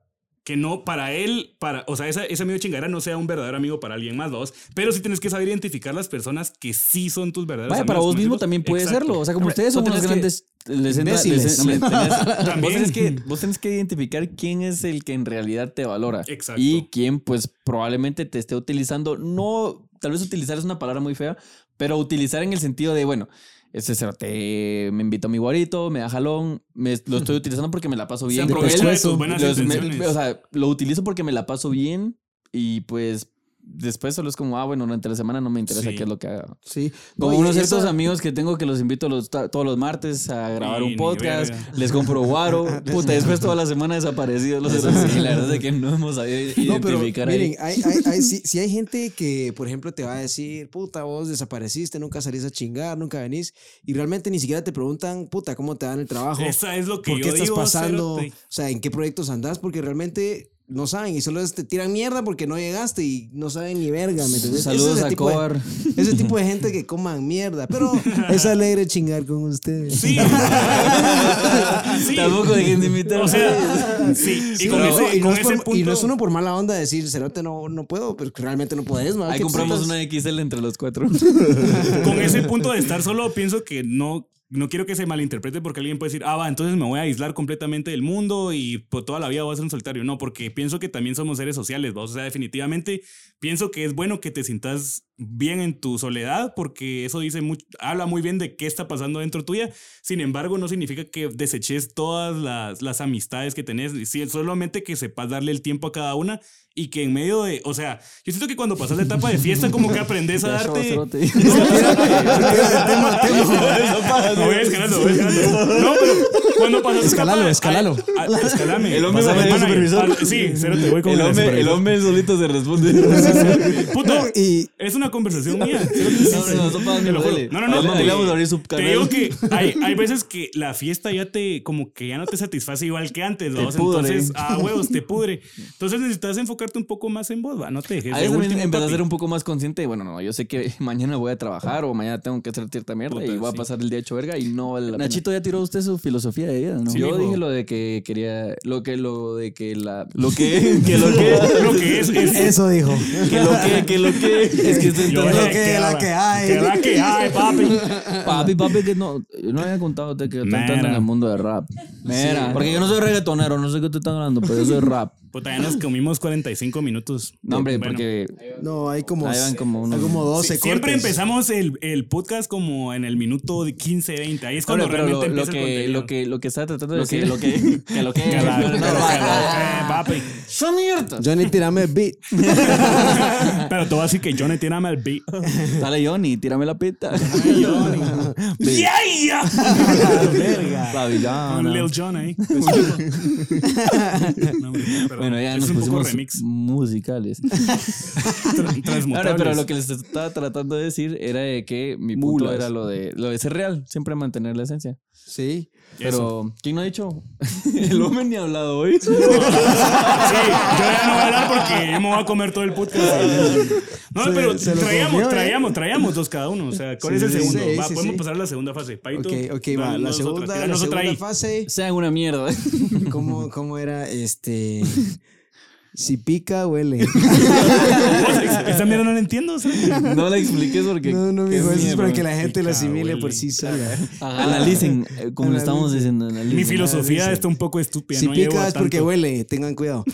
Speaker 3: que no para él, para, o sea, esa, ese amigo de chingadera no sea un verdadero amigo para alguien más, vos. Pero sí tienes que saber identificar las personas que sí son tus verdaderos
Speaker 1: Vaya,
Speaker 3: amigos.
Speaker 1: para vos
Speaker 3: ¿me
Speaker 1: mismo
Speaker 3: entiendes?
Speaker 1: también puede
Speaker 3: Exacto.
Speaker 1: serlo. O sea, como
Speaker 4: Hombre,
Speaker 1: ustedes son
Speaker 4: vos
Speaker 1: unos
Speaker 4: tenés
Speaker 1: grandes. Les entra- les-
Speaker 2: Imbéciles.
Speaker 1: les-
Speaker 4: Vos
Speaker 3: También.
Speaker 4: tenés, que, vos tenés que identificar quién es el que en realidad te valora.
Speaker 3: Exacto.
Speaker 4: Y quién, pues, probablemente te esté utilizando. No, tal vez utilizar es una palabra muy fea, pero utilizar en el sentido de, bueno, este cerote me invitó a mi guarito, me da jalón, me, lo estoy utilizando porque me la paso bien. con
Speaker 3: aprovecha
Speaker 4: él.
Speaker 3: de tus buenas
Speaker 4: Los- me-
Speaker 3: intenciones.
Speaker 4: o sea, lo utilizo porque me la paso bien y pues. Después solo es como, ah, bueno, durante la semana no me interesa
Speaker 3: Sí.
Speaker 4: qué es lo que haga.
Speaker 2: Sí.
Speaker 4: Como
Speaker 2: No, y
Speaker 4: unos
Speaker 2: esa-
Speaker 4: ciertos amigos que tengo que los invito los ta- todos los martes a grabar
Speaker 3: Y
Speaker 4: un
Speaker 3: ni
Speaker 4: podcast,
Speaker 3: verga.
Speaker 4: les compro guaro, puta, después toda la semana desaparecidos los demás. Sí, la verdad es que no hemos sabido
Speaker 2: No, pero
Speaker 4: identificar ahí.
Speaker 2: miren, hay, hay, hay- sí, sí hay gente que, por ejemplo, te va a decir, puta, vos desapareciste, nunca salís a chingar, nunca venís, y realmente ni siquiera te preguntan, puta, ¿cómo te dan el trabajo?
Speaker 3: Esa es lo que
Speaker 2: ¿Por qué
Speaker 3: yo
Speaker 2: estás
Speaker 3: digo,
Speaker 2: pasando?
Speaker 3: cerote.
Speaker 2: O sea, ¿en qué proyectos andás? Porque realmente no saben y solo es- te tiran mierda porque no llegaste y no saben ni verga, ¿me entendés? Ese es
Speaker 4: Saludos
Speaker 2: el
Speaker 4: a
Speaker 2: tipo de-
Speaker 4: Cobar.
Speaker 2: Ese tipo de gente que coman mierda, pero es alegre chingar con ustedes.
Speaker 3: Sí. Sí.
Speaker 4: Tampoco dejen de invitar.
Speaker 3: O sea, sí. Y
Speaker 2: Sí,
Speaker 3: con
Speaker 2: no,
Speaker 3: ese,
Speaker 2: y, no
Speaker 3: con
Speaker 2: es por-
Speaker 3: ese punto.
Speaker 2: y no es uno por mala onda decir, Cerote, no, no puedo, pero realmente no puedes, man.
Speaker 4: ahí
Speaker 2: ¿qué
Speaker 4: compramos
Speaker 2: putas?
Speaker 4: una XL entre los cuatro.
Speaker 3: con ese punto de estar solo, pienso que no. No quiero que se malinterprete porque alguien puede decir, ah, va, entonces me voy a aislar completamente del mundo y por toda la vida voy a ser un solitario. No, porque pienso que también somos seres sociales, ¿va? o sea, definitivamente pienso que es bueno que te sientas bien en tu soledad porque eso dice mucho, habla muy bien de qué está pasando dentro tuya. Sin embargo, no significa que deseches todas las, las amistades que tenés, sí, solamente que sepas darle el tiempo a cada una y que en medio de, o sea, yo siento que cuando pasas la etapa de fiesta como que aprendes a darte...
Speaker 4: cerote.
Speaker 3: No, o sea, No, voy escalando, voy escalando. No, pero cuando pasas la
Speaker 2: Escalalo,
Speaker 3: etapa-
Speaker 2: escalalo.
Speaker 3: a- a- ah, Escalame.
Speaker 4: El hombre
Speaker 3: Pásame
Speaker 4: me dio
Speaker 3: manager.
Speaker 4: supervisor.
Speaker 3: Ah, Sí, cerote, voy con
Speaker 4: El
Speaker 3: la
Speaker 4: hombre, el
Speaker 3: supervisor.
Speaker 4: hombre solito se responde.
Speaker 3: Puta,
Speaker 2: Y
Speaker 3: es una conversación mía.
Speaker 4: No, no, no, son para
Speaker 3: Te lo juro.
Speaker 4: dale.
Speaker 3: No, no, no,
Speaker 4: Ahí
Speaker 3: no,
Speaker 4: le vamos
Speaker 3: eh,
Speaker 4: a abrir su
Speaker 3: Te
Speaker 4: canal.
Speaker 3: digo que hay, hay veces que la fiesta ya te, como que ya no te satisface igual que antes, ¿va?
Speaker 4: Te
Speaker 3: O sea,
Speaker 4: pudre.
Speaker 3: Entonces, ah, huevos, te pudre. Entonces necesitas enfocarte un poco más en vos, va. No te dejes.
Speaker 4: A
Speaker 3: de
Speaker 4: veces también
Speaker 3: último,
Speaker 4: empezás a
Speaker 3: papi.
Speaker 4: ser un poco más consciente. Bueno, no, yo sé que mañana voy a trabajar o mañana tengo que hacer cierta mierda
Speaker 3: Puta,
Speaker 4: y voy
Speaker 3: sí.
Speaker 4: a pasar el día hecho verga y no vale la pena.
Speaker 1: Nachito ya tiró usted su filosofía de vida, ¿no?
Speaker 4: yo
Speaker 5: mijo.
Speaker 4: dije lo de que quería. Lo que, lo de que la. Lo que. Que lo que.
Speaker 3: Lo que es, es.
Speaker 2: eso dijo.
Speaker 4: Que lo que. Que lo que. Es que estoy
Speaker 3: Yo
Speaker 4: intentando-
Speaker 3: dije,
Speaker 2: que la que hay.
Speaker 3: Que la que hay, papi.
Speaker 4: Papi, papi, que no. Yo no había contado de que yo estoy entrando en
Speaker 3: Mera.
Speaker 4: el mundo del rap. Mira. Porque yo no soy reggaetonero, no sé qué te están hablando, pero yo soy rap.
Speaker 3: Puta, ya nos comimos 45 minutos.
Speaker 4: No, hombre,
Speaker 3: Bueno.
Speaker 4: porque.
Speaker 2: No, hay como,
Speaker 4: Ahí van como unos-
Speaker 2: hay como 12
Speaker 3: Sí, siempre
Speaker 2: cortes.
Speaker 3: empezamos el, el podcast como en el minuto de 15, 20. Ahí es cuando
Speaker 4: Hombre, pero lo,
Speaker 3: realmente
Speaker 4: lo
Speaker 3: empieza el
Speaker 4: que,
Speaker 3: contenido.
Speaker 4: lo que lo que está tratando de
Speaker 5: Lo que-
Speaker 4: decir lo que que lo que
Speaker 3: Que la- que
Speaker 4: No,
Speaker 3: la-
Speaker 4: va,
Speaker 3: que la- eh, papi.
Speaker 4: son mierdas
Speaker 2: Johnny, tirame el beat.
Speaker 3: Pero todo así que Johnny tiene mal beat.
Speaker 4: Dale, Johnny, tírame la pita.
Speaker 3: ¡Yeah! Un Lil
Speaker 4: Pabellón. Pues
Speaker 3: John ahí. No, hombre, perdón.
Speaker 4: Bueno, ya
Speaker 3: es
Speaker 4: nos
Speaker 3: un poco
Speaker 4: pusimos
Speaker 3: remix.
Speaker 4: musicales.
Speaker 3: tra-
Speaker 4: Ahora,
Speaker 3: transmutables.
Speaker 4: pero lo que les estaba tratando de decir era de que mi punto
Speaker 1: Mulas.
Speaker 4: era lo de lo de ser real, siempre mantener la esencia.
Speaker 2: Sí.
Speaker 4: Pero ¿quién no ha dicho? El hombre ni ha hablado hoy.
Speaker 3: Sí, yo ya no voy a hablar porque yo me voy a comer todo el podcast. No,
Speaker 2: Se-
Speaker 3: pero
Speaker 2: se lo
Speaker 3: traíamos,
Speaker 2: comió, ¿eh?
Speaker 3: traíamos, traíamos dos cada uno. O sea,
Speaker 2: Sí,
Speaker 3: ¿cuál es el
Speaker 2: sí,
Speaker 3: segundo?
Speaker 2: sí,
Speaker 3: va,
Speaker 2: sí,
Speaker 3: podemos
Speaker 2: sí.
Speaker 3: pasar a la segunda fase. Paito,
Speaker 2: Ok, ok, va.
Speaker 3: danos
Speaker 2: La
Speaker 3: otra,
Speaker 2: segunda, la
Speaker 3: tiranos otra
Speaker 2: segunda
Speaker 3: ahí.
Speaker 2: fase.
Speaker 4: Sean una mierda.
Speaker 2: ¿Cómo, cómo era este? Si pica, huele.
Speaker 3: Esta mierda no la entiendo. o sea.
Speaker 4: No la expliques porque
Speaker 2: No, no,
Speaker 4: qué
Speaker 2: mijo, eso es
Speaker 4: mierda.
Speaker 2: para que la gente lo
Speaker 3: Pica,
Speaker 2: asimile por
Speaker 3: huele.
Speaker 2: sí sola.
Speaker 4: Ajá, analicen, eh, como le estamos diciendo, analicen.
Speaker 3: Mi filosofía
Speaker 2: sí.
Speaker 3: está un poco estúpida.
Speaker 2: Si
Speaker 3: no llevo
Speaker 2: pica
Speaker 3: a
Speaker 2: es porque
Speaker 3: tanto.
Speaker 2: huele, tengan cuidado.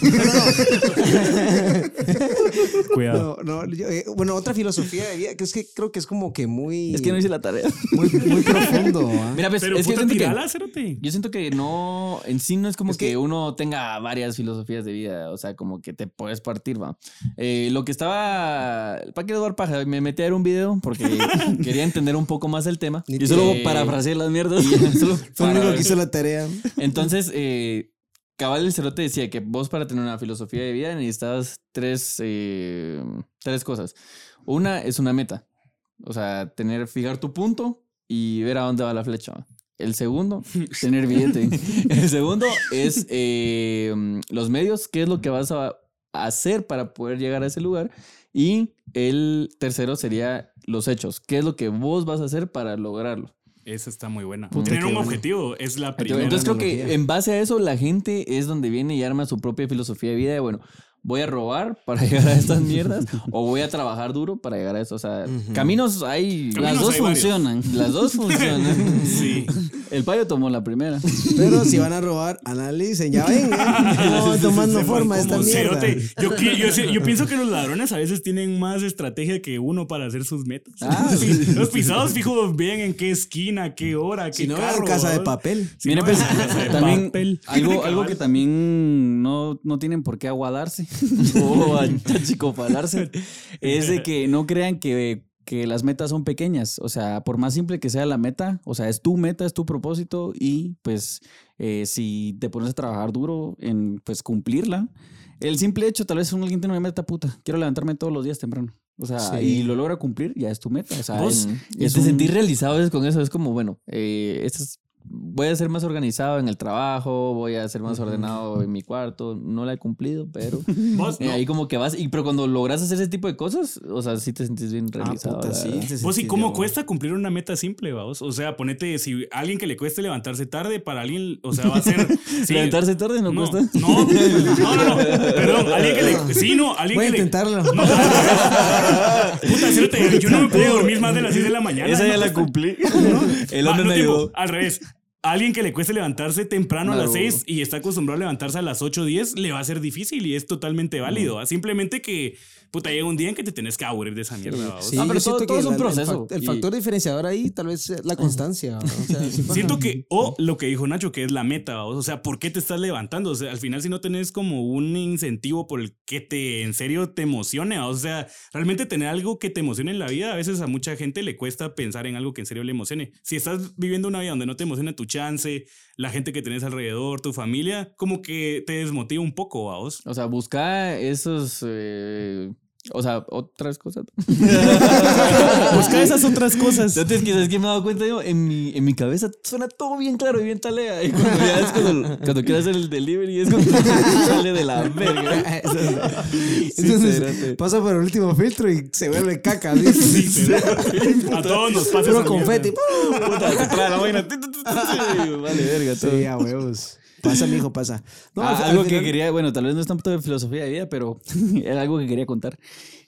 Speaker 3: Cuidado.
Speaker 2: No, no, yo, eh, bueno, otra filosofía de vida que es que creo que es como que muy,
Speaker 4: Es que no hice la tarea.
Speaker 2: muy, muy profundo. ¿ah?
Speaker 4: Mira, pues,
Speaker 3: Pero
Speaker 4: es que yo
Speaker 3: puta,
Speaker 4: siento que
Speaker 3: tirala, cérate.
Speaker 4: Yo siento que no, en sí no es como
Speaker 2: Es
Speaker 4: que,
Speaker 2: que-
Speaker 4: uno tenga varias filosofías de vida, o sea, como que te puedes partir, va. Eh, lo que estaba, ¿para qué dar paja? Me metí a ver un video porque quería entender un poco más el tema.
Speaker 2: Ni
Speaker 4: Yo solo
Speaker 2: te-
Speaker 4: parafraseé las mierdas. solo
Speaker 2: Fue el único
Speaker 4: para-
Speaker 2: que hizo la tarea.
Speaker 4: Entonces, eh, Cabal el Cerote decía que vos para tener una filosofía de vida necesitas tres, eh, tres cosas. Una es una meta, o sea, tener, fijar tu punto y ver a dónde va la flecha. ¿va? El segundo, tener billete. El segundo es eh, los medios, qué es lo que vas a hacer para poder llegar a ese lugar. Y el tercero sería los hechos, qué es lo que vos vas a hacer para lograrlo.
Speaker 3: Esa está muy buena.
Speaker 4: Puta,
Speaker 3: Tener
Speaker 4: qué
Speaker 3: un
Speaker 4: bueno.
Speaker 3: objetivo es la primera.
Speaker 4: Entonces creo que eh,
Speaker 2: analogía.
Speaker 4: en base a eso la gente es donde viene y arma su propia filosofía de vida de, bueno, voy a robar para llegar a estas mierdas o voy a trabajar duro para llegar a eso. O sea, caminos hay...
Speaker 3: Caminos
Speaker 4: las dos
Speaker 3: hay varios.
Speaker 4: funcionan. Las dos funcionan.
Speaker 3: Sí.
Speaker 4: El payo tomó la primera.
Speaker 2: Pero si van a robar, analicen, ya ven. ¿eh? No, va tomando
Speaker 3: Se fue
Speaker 2: forma esta
Speaker 3: como
Speaker 2: mierda.
Speaker 3: cerote. Yo, qui- yo sé- yo pienso que los ladrones a veces tienen más estrategia que uno para hacer sus metas. Sí, Los pisados fijo bien en qué esquina, qué hora, qué
Speaker 2: Si no,
Speaker 3: carro.
Speaker 2: en casa de
Speaker 3: ¿verdad?
Speaker 2: papel.
Speaker 3: Si
Speaker 1: Mira,
Speaker 3: no,
Speaker 1: pues,
Speaker 3: en Casa de
Speaker 1: también
Speaker 3: Papel.
Speaker 1: algo, algo que
Speaker 3: Cabal.
Speaker 1: también no, no tienen por qué aguadarse o a- achicopalarse es de que no crean que, que las metas son pequeñas. O sea, por más simple que sea la meta, o sea, es tu meta, es tu propósito y pues eh, si te pones a trabajar duro en pues cumplirla, el simple hecho, tal vez un- alguien tiene una meta puta, quiero levantarme todos los días temprano. O sea,
Speaker 2: Sí.
Speaker 1: y lo logra cumplir, ya es tu meta. O sea,
Speaker 4: ¿Vos? Ah,
Speaker 1: es-
Speaker 4: Y
Speaker 1: es
Speaker 4: te
Speaker 1: un-
Speaker 4: sentís realizado a veces con eso. Es como, bueno, eh, esto es- voy a ser más organizado en el trabajo, voy a ser más ordenado en mi cuarto. No la he cumplido, pero
Speaker 3: Vos,
Speaker 4: eh,
Speaker 3: no.
Speaker 4: ahí como que vas. Y pero cuando logras hacer ese tipo de cosas, o sea, sí te sentís bien
Speaker 2: Ah,
Speaker 4: realizado.
Speaker 2: puta,
Speaker 4: la
Speaker 2: sí,
Speaker 4: verdad.
Speaker 2: te
Speaker 3: Vos, ¿y
Speaker 2: sentí
Speaker 3: cómo
Speaker 2: yo.
Speaker 3: cuesta cumplir una meta simple, vamos? O sea, ponete, si a alguien que le cueste levantarse tarde, para alguien, o sea, va a ser. sí,
Speaker 4: Levantarse tarde no,
Speaker 3: no,
Speaker 4: cuesta.
Speaker 3: No, no, no, no. Perdón, alguien que le. Sí, no, alguien
Speaker 2: Voy a
Speaker 3: que le.
Speaker 2: intentarlo.
Speaker 3: Puta, cerote, yo no me puedo dormir más de las 6 de la mañana. ¿no?
Speaker 4: cumplí. El
Speaker 3: Ah,
Speaker 4: hombre
Speaker 3: no,
Speaker 4: me
Speaker 3: tiempo,
Speaker 4: ayudó.
Speaker 3: Al revés. alguien que le cueste levantarse temprano a las
Speaker 1: Madrugo.
Speaker 3: 6 y está acostumbrado a levantarse a las 8 o 10, le va a ser difícil y es totalmente válido. Simplemente que, puta, llega un día en que te tenés que aburrir de esa mierda. ¿va?
Speaker 1: Ah, pero
Speaker 2: yo siento
Speaker 1: todo- todo
Speaker 2: que
Speaker 1: es un
Speaker 2: la- el
Speaker 1: proceso.
Speaker 2: fac- El,
Speaker 1: Y-
Speaker 2: factor diferenciador ahí tal vez es la constancia. ¿no? O sea, sí pasa.
Speaker 3: Siento que, o lo que dijo Nacho, que es la meta, ¿va? o sea, ¿por qué te estás levantando? O sea, al final si no tenés como un incentivo por el que te, en serio, te emocione, ¿va? o sea, realmente tener algo que te emocione en la vida, a veces a mucha gente le cuesta pensar en algo que en serio le emocione. Si estás viviendo una vida donde no te emociona tu chance, la gente que tenés alrededor, tu familia, como que te desmotiva un poco, ¿va? vos.
Speaker 1: O sea, busca esos. eh, o sea, otras cosas.
Speaker 3: Busca esas otras cosas.
Speaker 1: Yo te- quizás que me he dado cuenta, yo, en mi, en mi cabeza suena todo bien claro y bien talea. Y cuando ya es cuando, cuando quieres hacer el delivery, es cuando sale de la verga.
Speaker 2: Entonces, pasa por el último filtro y se vuelve caca. ¿sí?
Speaker 3: Sí, pero- a todos nos pasa
Speaker 2: Puro
Speaker 3: esa mierda.
Speaker 2: confeti.
Speaker 1: Puta, se trae la vaina. Vale, verga, todo.
Speaker 2: Sí, a huevos. Pasa, mijo, pasa. No,
Speaker 1: Ah,
Speaker 2: al- al
Speaker 1: algo que
Speaker 2: final-
Speaker 1: quería, bueno, tal vez no es tanto de filosofía de vida, pero era algo que quería contar.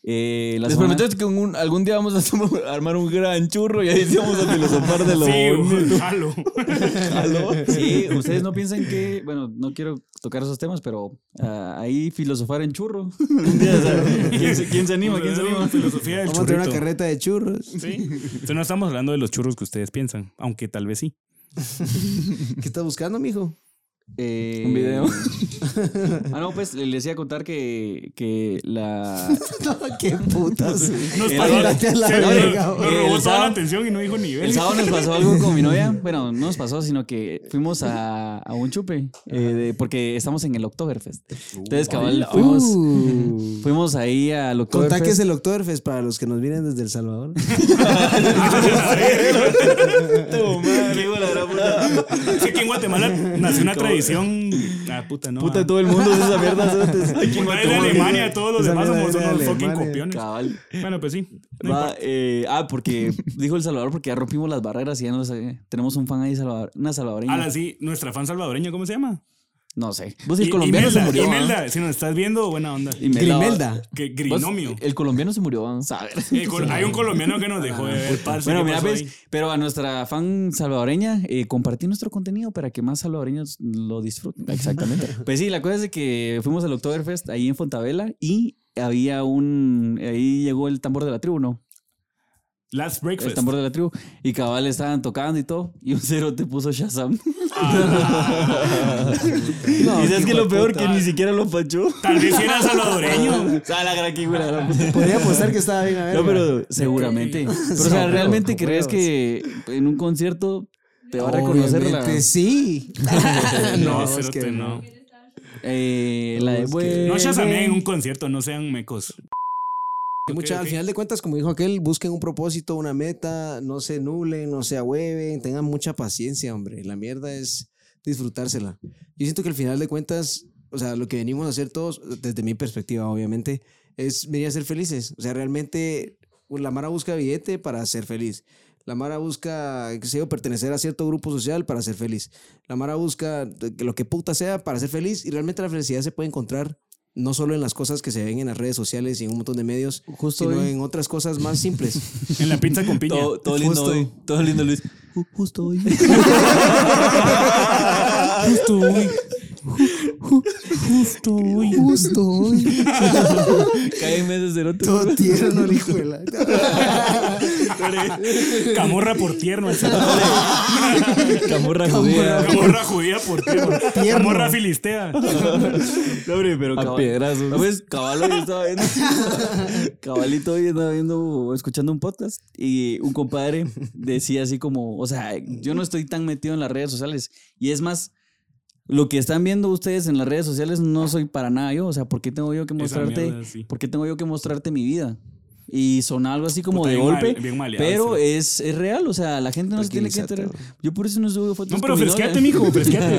Speaker 1: Eh, la Les semana- prometo que un- algún día vamos a armar un gran churro y ahí sí vamos a filosofar de lo bonito.
Speaker 3: Sí, jalo.
Speaker 1: Sí, ustedes no piensan que, bueno, no quiero tocar esos temas, pero ah, ahí filosofar en churro. Un día, o sea, ¿quién, se- quién se anima? ¿Quién se anima?
Speaker 3: Filosofía del
Speaker 2: Vamos a tener una
Speaker 3: churrito.
Speaker 2: carreta de churros.
Speaker 3: Sí. Entonces no estamos hablando de los churros que ustedes piensan, aunque tal vez sí.
Speaker 2: ¿Qué estás buscando, mijo?
Speaker 1: Eh, Un video.
Speaker 6: Ah, no, pues les decía contar que, que la.
Speaker 2: No, qué putas.
Speaker 3: Nos
Speaker 2: Ay,
Speaker 3: paró-
Speaker 2: vete a la
Speaker 3: se-
Speaker 2: verga,
Speaker 3: nos
Speaker 2: güey.
Speaker 3: robó
Speaker 1: El
Speaker 3: toda la
Speaker 1: sábado-
Speaker 3: atención y no dijo ni
Speaker 1: El
Speaker 3: ver.
Speaker 1: sábado nos pasó algo con mi novia. Bueno, no nos pasó, sino que fuimos a, a un chupe, eh, de- porque estamos en el Oktoberfest. Entonces, cabal, fuimos,
Speaker 2: Uh.
Speaker 1: fuimos ahí al
Speaker 2: Contá que es
Speaker 1: Oktoberfest.
Speaker 2: el Oktoberfest para los que nos vienen desde El Salvador.
Speaker 3: Sé que en Guatemala nació una tradición. Ah, puta, no.
Speaker 1: Puta,
Speaker 3: ah.
Speaker 1: todo el mundo es esa mierda. ¿sabes?
Speaker 3: Puta, es de Alemania, todos los
Speaker 2: Esa
Speaker 3: demás
Speaker 2: mierda
Speaker 3: somos
Speaker 2: era
Speaker 3: unos
Speaker 2: de
Speaker 3: fucking
Speaker 2: Alemania.
Speaker 3: copiones.
Speaker 1: Cabal.
Speaker 3: Bueno, pues sí. no
Speaker 1: Va,
Speaker 3: importa.
Speaker 1: eh, ah, porque dijo El Salvador, porque ya rompimos las barreras y ya nos, eh, tenemos un fan ahí, salvador, una salvadoreña.
Speaker 3: Ahora sí, nuestra fan salvadoreña, ¿cómo se llama?
Speaker 1: No sé. Vos, el
Speaker 3: I-
Speaker 1: colombiano
Speaker 3: Imelda,
Speaker 1: se murió. ¿va?
Speaker 3: Imelda, si nos estás viendo, buena onda.
Speaker 1: Imelda,
Speaker 2: Grimelda.
Speaker 3: Que
Speaker 1: Vos,
Speaker 3: grinomio.
Speaker 1: El colombiano se murió. ¿va? Saber.
Speaker 3: Eh, col- hay un colombiano que nos dejó de ver, parce,
Speaker 1: Ah, Bueno,
Speaker 3: ¿qué
Speaker 1: mira,
Speaker 3: pasó
Speaker 1: ves,
Speaker 3: ahí?
Speaker 1: pero a nuestra fan salvadoreña, eh, compartí nuestro contenido para que más salvadoreños lo disfruten. Exactamente. pues sí, la cosa es de que fuimos al Oktoberfest ahí en Fontavela y había un. Ahí llegó el tambor de la tribu, ¿no?
Speaker 3: Last
Speaker 1: El
Speaker 3: Breakfast.
Speaker 1: tambor de la tribu. Y cabal estaban tocando y todo. Y un cero te puso Shazam.
Speaker 3: Ah.
Speaker 1: Ah. y sabes que lo peor que ni siquiera lo pachó.
Speaker 3: Tal vez si era salvadoreño.
Speaker 1: Ah, la gran que huele, la gran puta.
Speaker 2: Podría apostar que estaba bien a ver.
Speaker 1: No, pero seguramente. Pero, o sea,
Speaker 2: Seguro,
Speaker 1: ¿realmente
Speaker 2: con
Speaker 1: crees
Speaker 2: huevos.
Speaker 1: que en un concierto te va a reconocer la,
Speaker 2: Obviamente sí.
Speaker 3: No,
Speaker 2: es
Speaker 3: cerote,
Speaker 2: que
Speaker 3: no.
Speaker 1: eh, la de
Speaker 2: Es que-
Speaker 1: vuelve?
Speaker 3: No shazamean en un concierto, no sean mecos.
Speaker 2: Que mucha-
Speaker 3: Ok,
Speaker 2: Al
Speaker 3: ok.
Speaker 2: final de cuentas, como dijo aquel, busquen un propósito, una meta, no se nublen, no se ahueven, tengan mucha paciencia, hombre. La mierda es disfrutársela. Yo siento que al final de cuentas, o sea, lo que venimos a hacer todos, desde mi perspectiva, obviamente, es venir a ser felices. O sea, realmente pues, la Mara busca billete para ser feliz. La Mara busca, qué sé yo, pertenecer a cierto grupo social para ser feliz. La Mara busca que lo que puta sea para ser feliz y realmente la felicidad se puede encontrar no solo en las cosas que se ven en las redes sociales y en un montón de medios,
Speaker 1: Justo
Speaker 2: sino
Speaker 1: hoy.
Speaker 2: en otras cosas más simples.
Speaker 3: En la pizza con piña.
Speaker 1: Todo, todo lindo
Speaker 2: Justo.
Speaker 1: hoy. Todo lindo, Luis. Ju- Justo hoy.
Speaker 3: Justo hoy. Justo hoy.
Speaker 2: Justo hoy.
Speaker 1: Caen meses de otro.
Speaker 2: Todo tierno, el hijo de la-
Speaker 3: Camorra por tierno. ese.
Speaker 1: Camorra judía.
Speaker 3: Camorra judía por tierno.
Speaker 2: Tierno.
Speaker 3: Camorra filistea.
Speaker 1: No, hombre, pero
Speaker 4: A
Speaker 1: cabal-
Speaker 4: piedrazos.
Speaker 1: No, pues, cabal hoy estaba viendo. Cabalito hoy estaba viendo, escuchando un podcast y un compadre decía así como, o sea, yo no estoy tan metido en las redes sociales y es más. Lo que están viendo ustedes en las redes sociales no soy para nada yo, o sea, ¿por qué tengo yo que
Speaker 3: Esa
Speaker 1: mostrarte?
Speaker 3: mierda, sí.
Speaker 1: ¿Por qué tengo yo que mostrarte mi vida? Y son algo así como
Speaker 3: Puta,
Speaker 1: de
Speaker 3: bien mal-
Speaker 1: golpe,
Speaker 3: bien maleado,
Speaker 1: pero
Speaker 3: sí.
Speaker 1: es, es real, o sea, la gente no se tiene que
Speaker 2: Tranquilízate,
Speaker 1: enterar. Yo por eso no subo fotos
Speaker 3: No, pero
Speaker 1: con mi
Speaker 3: fresquete,
Speaker 1: novia.
Speaker 3: mijo. Fresquete,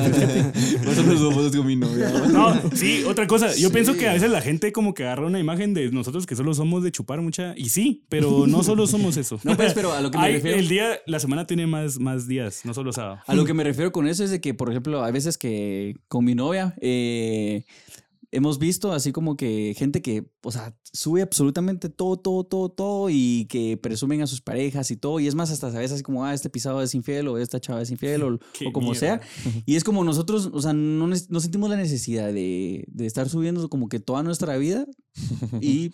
Speaker 3: fresquete.
Speaker 1: Por eso no subo fotos con mi novia.
Speaker 3: No, sí, otra cosa. Yo pienso que a veces la gente como que agarra una imagen de nosotros que solo somos de chupar mucha. Y sí, pero no solo somos eso.
Speaker 1: No, pues, pero a lo que me
Speaker 3: Hay-
Speaker 1: refiero-
Speaker 3: El día, la semana tiene más, más días, no solo sábado.
Speaker 1: A lo que me refiero con eso es de que, por ejemplo, hay veces que con mi novia eh, hemos visto así como que gente que, o sea, sube absolutamente todo, todo, todo, todo y que presumen a sus parejas y todo. Y es más, hasta sabes así como, ah, este pisado es infiel o esta chava es infiel o,
Speaker 3: Qué
Speaker 1: o como sea.
Speaker 3: mierda.
Speaker 1: Y es como nosotros, o sea, no, nes- no sentimos la necesidad de, de estar subiendo como que toda nuestra vida y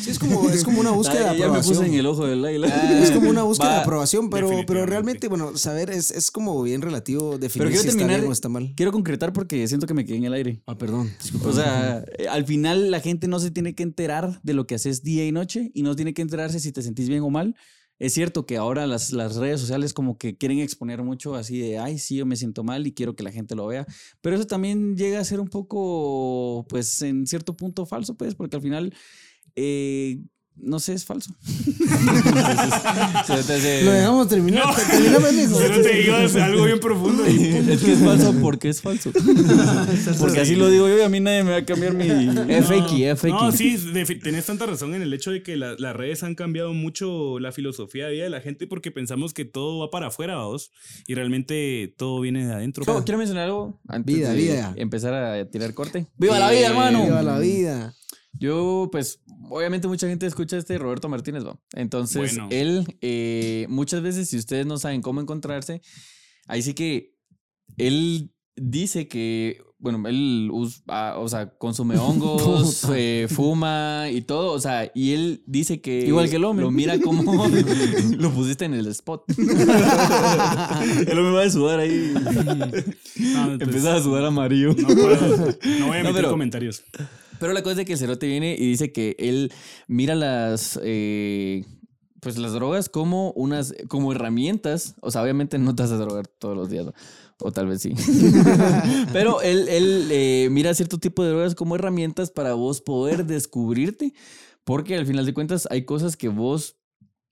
Speaker 2: Sí, es como, es como una búsqueda
Speaker 4: Ya,
Speaker 2: de
Speaker 4: ya me puse
Speaker 2: aprobación.
Speaker 4: en el ojo del Laila.
Speaker 2: Es como una búsqueda de
Speaker 4: Va.
Speaker 2: aprobación, pero, pero
Speaker 3: Ah, definitivamente.
Speaker 2: realmente, bueno, saber es, es como bien relativo definir
Speaker 1: quiero
Speaker 2: si está
Speaker 1: terminar-
Speaker 2: bien o está mal.
Speaker 1: quiero concretar porque siento que me quedé en el aire.
Speaker 2: Ah, perdón. disculpa.
Speaker 1: O sea, eh, al final la gente no se tiene que enterar de lo que haces día y noche y no tiene que enterarse si te sentís bien o mal. Es cierto que ahora las, las redes sociales como que quieren exponer mucho así de, ay, sí, yo me siento mal y quiero que la gente lo vea. Pero eso también llega a ser un poco, pues, en cierto punto falso, pues, porque al final, eh, no sé, es falso.
Speaker 2: Lo dejamos terminar. Terminamos en eso.
Speaker 3: Pero te digo es algo bien profundo. y-
Speaker 1: Es que es falso porque es falso. porque así lo digo yo y a mí nadie me va a cambiar mi...
Speaker 4: Es fakey, es fakey.
Speaker 3: No, sí, defi- tenés tanta razón en el hecho de que la- las redes han cambiado mucho la filosofía de vida de la gente porque pensamos que todo va para afuera, vos, y realmente todo viene de adentro.
Speaker 4: Yo quiero mencionar algo antes
Speaker 2: Vida,
Speaker 4: de
Speaker 2: vida.
Speaker 4: empezar a tirar corte. Eh,
Speaker 1: ¡Viva la vida, hermano!
Speaker 2: Viva la vida.
Speaker 4: Yo, pues, obviamente mucha gente escucha a este Roberto Martínez, ¿va? Entonces,
Speaker 3: Bueno.
Speaker 4: él, eh, muchas veces, si ustedes no saben cómo encontrarse, ahí sí que él dice que, bueno, él, us- ah, o sea, consume hongos, eh, fuma y todo, o sea, y él dice que...
Speaker 1: Igual que el hombre.
Speaker 4: Lo mira como... lo pusiste en el spot. el hombre va a sudar ahí.
Speaker 3: Ah, pues,
Speaker 4: Empieza a sudar amarillo.
Speaker 3: no, puedo- no voy a emitir
Speaker 4: pero-
Speaker 3: comentarios.
Speaker 4: Pero la cosa es de que el cerote viene y dice que él mira las. eh, pues las drogas como unas. como herramientas. O sea, obviamente no te vas a drogar todos los días. ¿no? O tal vez sí. Pero él, él eh, mira cierto tipo de drogas como herramientas para vos poder descubrirte. Porque al final de cuentas hay cosas que vos.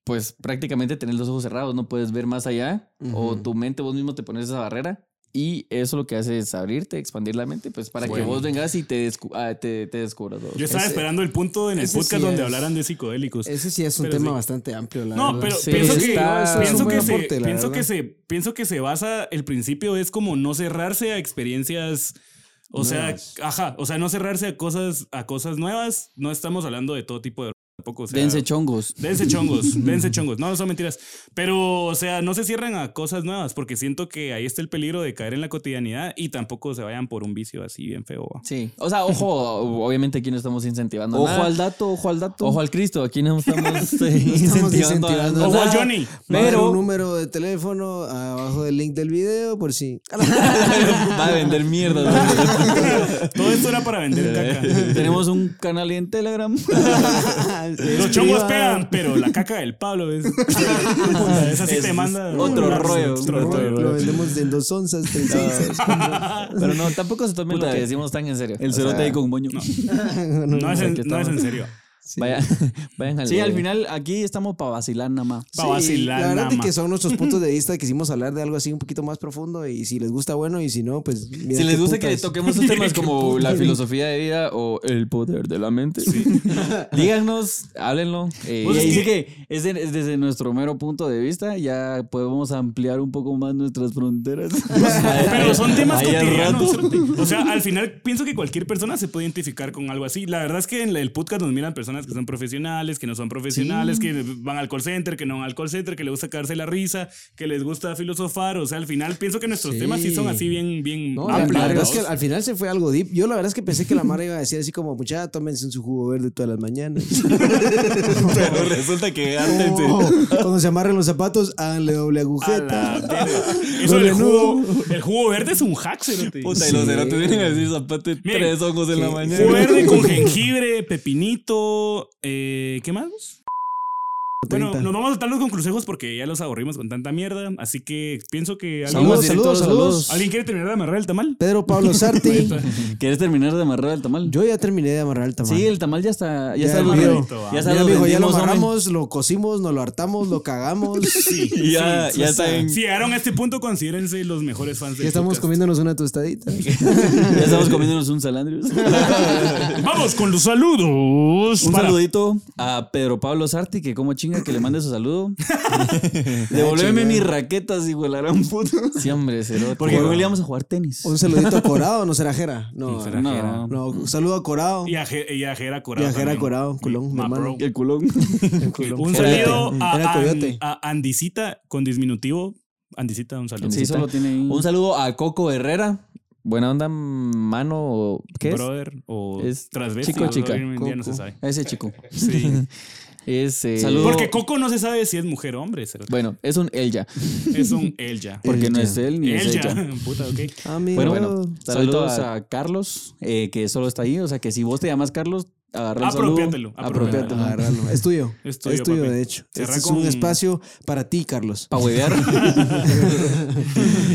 Speaker 4: Pues prácticamente tenés los ojos cerrados, no puedes ver más allá. O
Speaker 2: Ujú.
Speaker 4: tu mente, vos mismo te pones esa barrera. Y eso lo que hace es abrirte, expandir la mente, pues para
Speaker 5: Bueno.
Speaker 4: que vos vengas y te, descu- ah, te, te descubras. ¿no?
Speaker 3: Yo estaba
Speaker 2: Ese-
Speaker 3: esperando el punto en el
Speaker 2: ese sí
Speaker 3: podcast donde
Speaker 2: es.
Speaker 3: hablaran de psicodélicos.
Speaker 2: Ese sí es un
Speaker 3: Pero
Speaker 2: tema
Speaker 3: sí.
Speaker 2: bastante amplio, la
Speaker 3: No,
Speaker 2: verdad.
Speaker 3: pero
Speaker 4: Sí,
Speaker 3: pienso,
Speaker 4: sí
Speaker 3: que,
Speaker 4: está-
Speaker 2: eso Ah, es
Speaker 3: pienso,
Speaker 2: un buen
Speaker 3: que, se,
Speaker 2: aporte, la
Speaker 3: pienso, que
Speaker 2: verdad.
Speaker 3: se, pienso que se basa, el principio es como no cerrarse a experiencias, o sea,
Speaker 2: Nuevas.
Speaker 3: ajá, o sea, no cerrarse a cosas, a cosas nuevas, no estamos hablando de todo tipo de... Tampoco, o sea,
Speaker 1: Dense chongos.
Speaker 3: Dense chongos, dense chongos. No, no son mentiras. Pero, o sea, no se cierran a cosas nuevas porque siento que ahí está el peligro de caer en la cotidianidad y tampoco se vayan por un vicio así bien feo. va.
Speaker 4: Sí. O sea, ojo, obviamente aquí no estamos incentivando
Speaker 1: Ojo
Speaker 4: nada.
Speaker 1: al dato, ojo al dato.
Speaker 4: Ojo al Cristo, aquí no estamos, eh,
Speaker 2: Estamos
Speaker 4: incentivando. a-
Speaker 2: incentivando
Speaker 3: Ojo
Speaker 2: nada.
Speaker 3: al Johnny.
Speaker 2: Va a haber
Speaker 1: Pero-
Speaker 2: un número de teléfono abajo del link del video por si.
Speaker 4: Va a vender mierda. ¿no?
Speaker 3: Todo esto era para vender caca.
Speaker 1: Tenemos un canal en Telegram.
Speaker 3: Los
Speaker 2: Los
Speaker 3: chongos pegan, pero la caca del Pablo es. Esa sí te manda.
Speaker 4: otro
Speaker 3: un-
Speaker 4: rollo,
Speaker 3: otro
Speaker 4: otro
Speaker 3: rollo.
Speaker 2: Lo vendemos en dos onzas, tres onzas.
Speaker 4: Pero no, tampoco se tomen lo
Speaker 1: Puta,
Speaker 4: que
Speaker 1: que-
Speaker 4: decimos tan en serio.
Speaker 1: El
Speaker 4: O
Speaker 1: cerote
Speaker 4: sea,
Speaker 1: ahí con moño.
Speaker 3: No es, en,
Speaker 4: Aquí
Speaker 3: no es
Speaker 4: estamos.
Speaker 3: en serio.
Speaker 4: Vaya, vayan al.
Speaker 1: Sí, al final aquí estamos para vacilar nada más.
Speaker 3: Para
Speaker 2: Sí,
Speaker 3: vacilar.
Speaker 2: La verdad
Speaker 3: nada
Speaker 2: es que
Speaker 3: más.
Speaker 2: son nuestros puntos de vista. Quisimos hablar de algo así un poquito más profundo. Y si les gusta, bueno. Y si no, pues. mira
Speaker 4: Si
Speaker 2: qué
Speaker 4: les gusta que
Speaker 2: putas.
Speaker 4: toquemos esos temas como la filosofía de vida o el poder de la mente, díganos, háblenlo. eh,
Speaker 1: Y
Speaker 3: Pues es
Speaker 1: ahí sí
Speaker 3: que-
Speaker 1: que es de- es desde nuestro mero punto de vista ya podemos ampliar un poco más nuestras fronteras.
Speaker 3: Pero son temas
Speaker 4: Ahí al
Speaker 3: cotidianos.
Speaker 4: rato.
Speaker 3: O sea, al final pienso que cualquier persona se puede identificar con algo así. La verdad es que en el podcast nos miran personas que son profesionales, que no son profesionales, que van al call center, que no van al call center, que les gusta caerse la risa, que les gusta filosofar. O sea, al final pienso que nuestros
Speaker 2: Sí.
Speaker 3: temas sí son así bien, bien
Speaker 2: No, la, la
Speaker 3: amplios.
Speaker 2: verdad
Speaker 3: ¿no?
Speaker 2: es que al final se fue algo deep. Yo la verdad es que pensé que la Mara iba a decir así como, muchacha, tómense un su jugo verde todas las mañanas.
Speaker 4: Pero resulta que antes de-
Speaker 2: Oh, cuando se amarren los zapatos, háganle doble
Speaker 3: A
Speaker 2: agujeta.
Speaker 3: la verga. Eso del jugo, el jugo verde es un hack, cerote.
Speaker 4: Puta, y los
Speaker 2: Sí.
Speaker 4: cerotes vienen a decir zapate
Speaker 3: Miren,
Speaker 4: tres ojos en la
Speaker 2: sí.
Speaker 4: mañana.
Speaker 3: Jugo verde con jengibre, pepinito, eh, ¿qué más? Bueno,
Speaker 2: 30.
Speaker 3: nos vamos a saltar los consejos porque ya los aburrimos con tanta mierda. Así que pienso que. alguien-
Speaker 2: Saludos, saludos, saludos.
Speaker 3: ¿Alguien quiere terminar de amarrar el tamal?
Speaker 2: Pedro Pablo Sarti.
Speaker 1: ¿Quieres terminar de amarrar el tamal?
Speaker 2: Yo ya terminé de amarrar el tamal.
Speaker 1: Sí, el tamal ya está. Ya,
Speaker 2: Ya
Speaker 1: está
Speaker 2: el
Speaker 1: amarrado.
Speaker 3: video.
Speaker 1: Ya está.
Speaker 2: Ya, mijo, ya lo
Speaker 1: vendimos, hombre.
Speaker 2: amarramos, lo cocimos, nos lo hartamos, lo cagamos.
Speaker 4: Y ya,
Speaker 2: sí,
Speaker 4: ya
Speaker 2: sí.
Speaker 4: saben,
Speaker 3: Si llegaron a este punto, considérense los mejores fans del
Speaker 2: Ya estamos
Speaker 3: podcast.
Speaker 2: comiéndonos una tostadita.
Speaker 1: Ya estamos comiéndonos un salandrio.
Speaker 3: Vamos con los saludos.
Speaker 1: un
Speaker 3: para-
Speaker 1: saludito a Pedro Pablo Sarti, que como chinga que le mande su saludo. Devolveme mis raquetas, hijo de la gran puta.
Speaker 4: Sí, hombre, cerote.
Speaker 1: Porque hoy le íbamos a jugar tenis.
Speaker 2: Un saludito a Corado, no será Jera. No,
Speaker 3: será
Speaker 2: no.
Speaker 1: No.
Speaker 2: no, un saludo a Corado.
Speaker 3: Y a, Je- y a Jera Corado.
Speaker 2: Y a Jera
Speaker 3: también.
Speaker 2: Corado, culón, mi
Speaker 3: Ma,
Speaker 2: hermano.
Speaker 3: bro.
Speaker 1: El culón.
Speaker 2: Culón.
Speaker 3: Un
Speaker 2: Coyote.
Speaker 3: saludo
Speaker 2: Era
Speaker 3: a,
Speaker 2: Coyote.
Speaker 3: An- a Andicita con disminutivo. Andicita, un saludo.
Speaker 4: Sí, solo
Speaker 1: tiene
Speaker 4: Un saludo a Coco Herrera. Buena onda, mano. ¿Qué es?
Speaker 3: Brother o
Speaker 4: Es
Speaker 3: transvesti.
Speaker 4: chico o chica.
Speaker 3: hoy en día no se
Speaker 4: Coco.
Speaker 3: sabe.
Speaker 1: Ese chico.
Speaker 3: Sí.
Speaker 4: Es. eh,
Speaker 1: Saludo.
Speaker 3: Porque Coco no se sabe si es mujer o hombre. cerote.
Speaker 4: Bueno, es un Elja.
Speaker 3: Es un él ya.
Speaker 1: Porque no
Speaker 2: Ella.
Speaker 1: es él ni es
Speaker 3: Él
Speaker 1: ella.
Speaker 3: ya. Puta, ok.
Speaker 2: Amigo.
Speaker 1: Bueno, bueno. Saludos
Speaker 4: Saludo
Speaker 1: a, Carlos, eh, que solo está ahí. O sea, que si vos te llamas Carlos, agarra el saludo.
Speaker 3: Apropiátelo, apropiátelo.
Speaker 1: Apropiátelo.
Speaker 2: Agárralo. Es tuyo.
Speaker 3: Es tuyo, papi.
Speaker 2: de hecho.
Speaker 3: Cerrá
Speaker 2: Este es
Speaker 3: con-
Speaker 2: un espacio para ti, Carlos.
Speaker 4: Para huevear.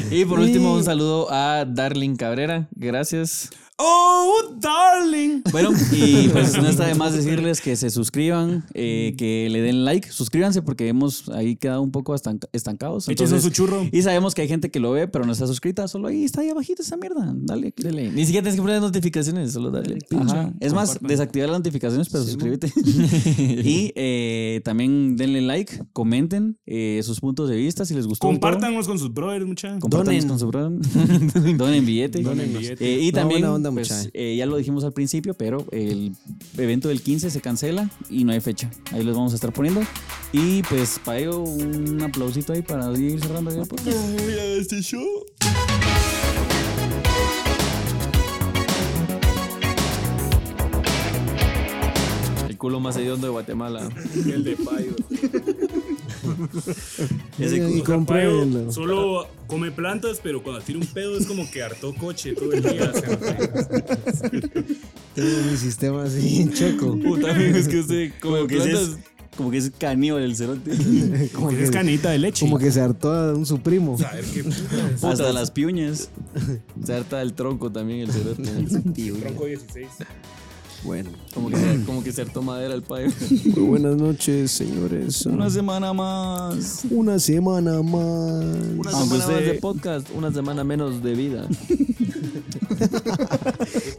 Speaker 4: y por último, un saludo a Darling Cabrera. Gracias.
Speaker 3: Oh, darling.
Speaker 1: Bueno, y pues no está de más decirles que se suscriban, eh, que le den like, suscríbanse porque hemos ahí quedado un poco estanca- estancados.
Speaker 3: Échense
Speaker 1: Entonces,
Speaker 3: su churro.
Speaker 1: y sabemos que hay gente que lo ve, pero no está suscrita, solo ahí está ahí abajito esa mierda. Dale, click.
Speaker 4: Dele. Ni siquiera tienes que poner notificaciones, solo dale.
Speaker 1: Ajá. Es más, desactivar las notificaciones, pero suscríbete. y eh, también denle like, comenten eh, sus puntos de vista si les gustó. el programa.
Speaker 3: Compártanos con sus brothers, mucha.
Speaker 1: Compartan
Speaker 2: Donen.
Speaker 1: con su programa. Donen billete.
Speaker 3: Donen billete.
Speaker 1: Eh, y
Speaker 2: Una
Speaker 1: también,
Speaker 2: buena onda,
Speaker 1: pues,
Speaker 2: muchacha.
Speaker 1: eh, ya lo dijimos al principio, pero el evento del 15 se cancela y no hay fecha. Ahí los vamos a estar poniendo. Y pues, para ello, un aplausito ahí para ir cerrando ya pues. el podcast.
Speaker 4: El culo más hediondo de Guatemala.
Speaker 2: Y compruébenlo.
Speaker 3: Solo come plantas, pero cuando tira un pedo es como que hartó coche todo el día.
Speaker 2: Tengo mi sistema así en checo.
Speaker 4: Puta, amigo, es que usted como
Speaker 1: que
Speaker 4: que
Speaker 1: ese
Speaker 4: plantas.
Speaker 1: es- Como que es caníbal el cerote.
Speaker 2: Como
Speaker 3: es
Speaker 2: que,
Speaker 3: canita de leche.
Speaker 2: como que se hartó a un su primo.
Speaker 1: Hasta las piuñas.
Speaker 4: Se harta del tronco también el cerote.
Speaker 3: Tronco 16.
Speaker 2: Bueno.
Speaker 4: como, que se, como que se hartó madera el payo.
Speaker 2: Muy buenas noches, señores.
Speaker 1: Una semana más.
Speaker 2: Una semana más.
Speaker 4: Una
Speaker 1: Aunque
Speaker 4: semana más
Speaker 1: usted-
Speaker 4: de podcast, una semana menos de vida.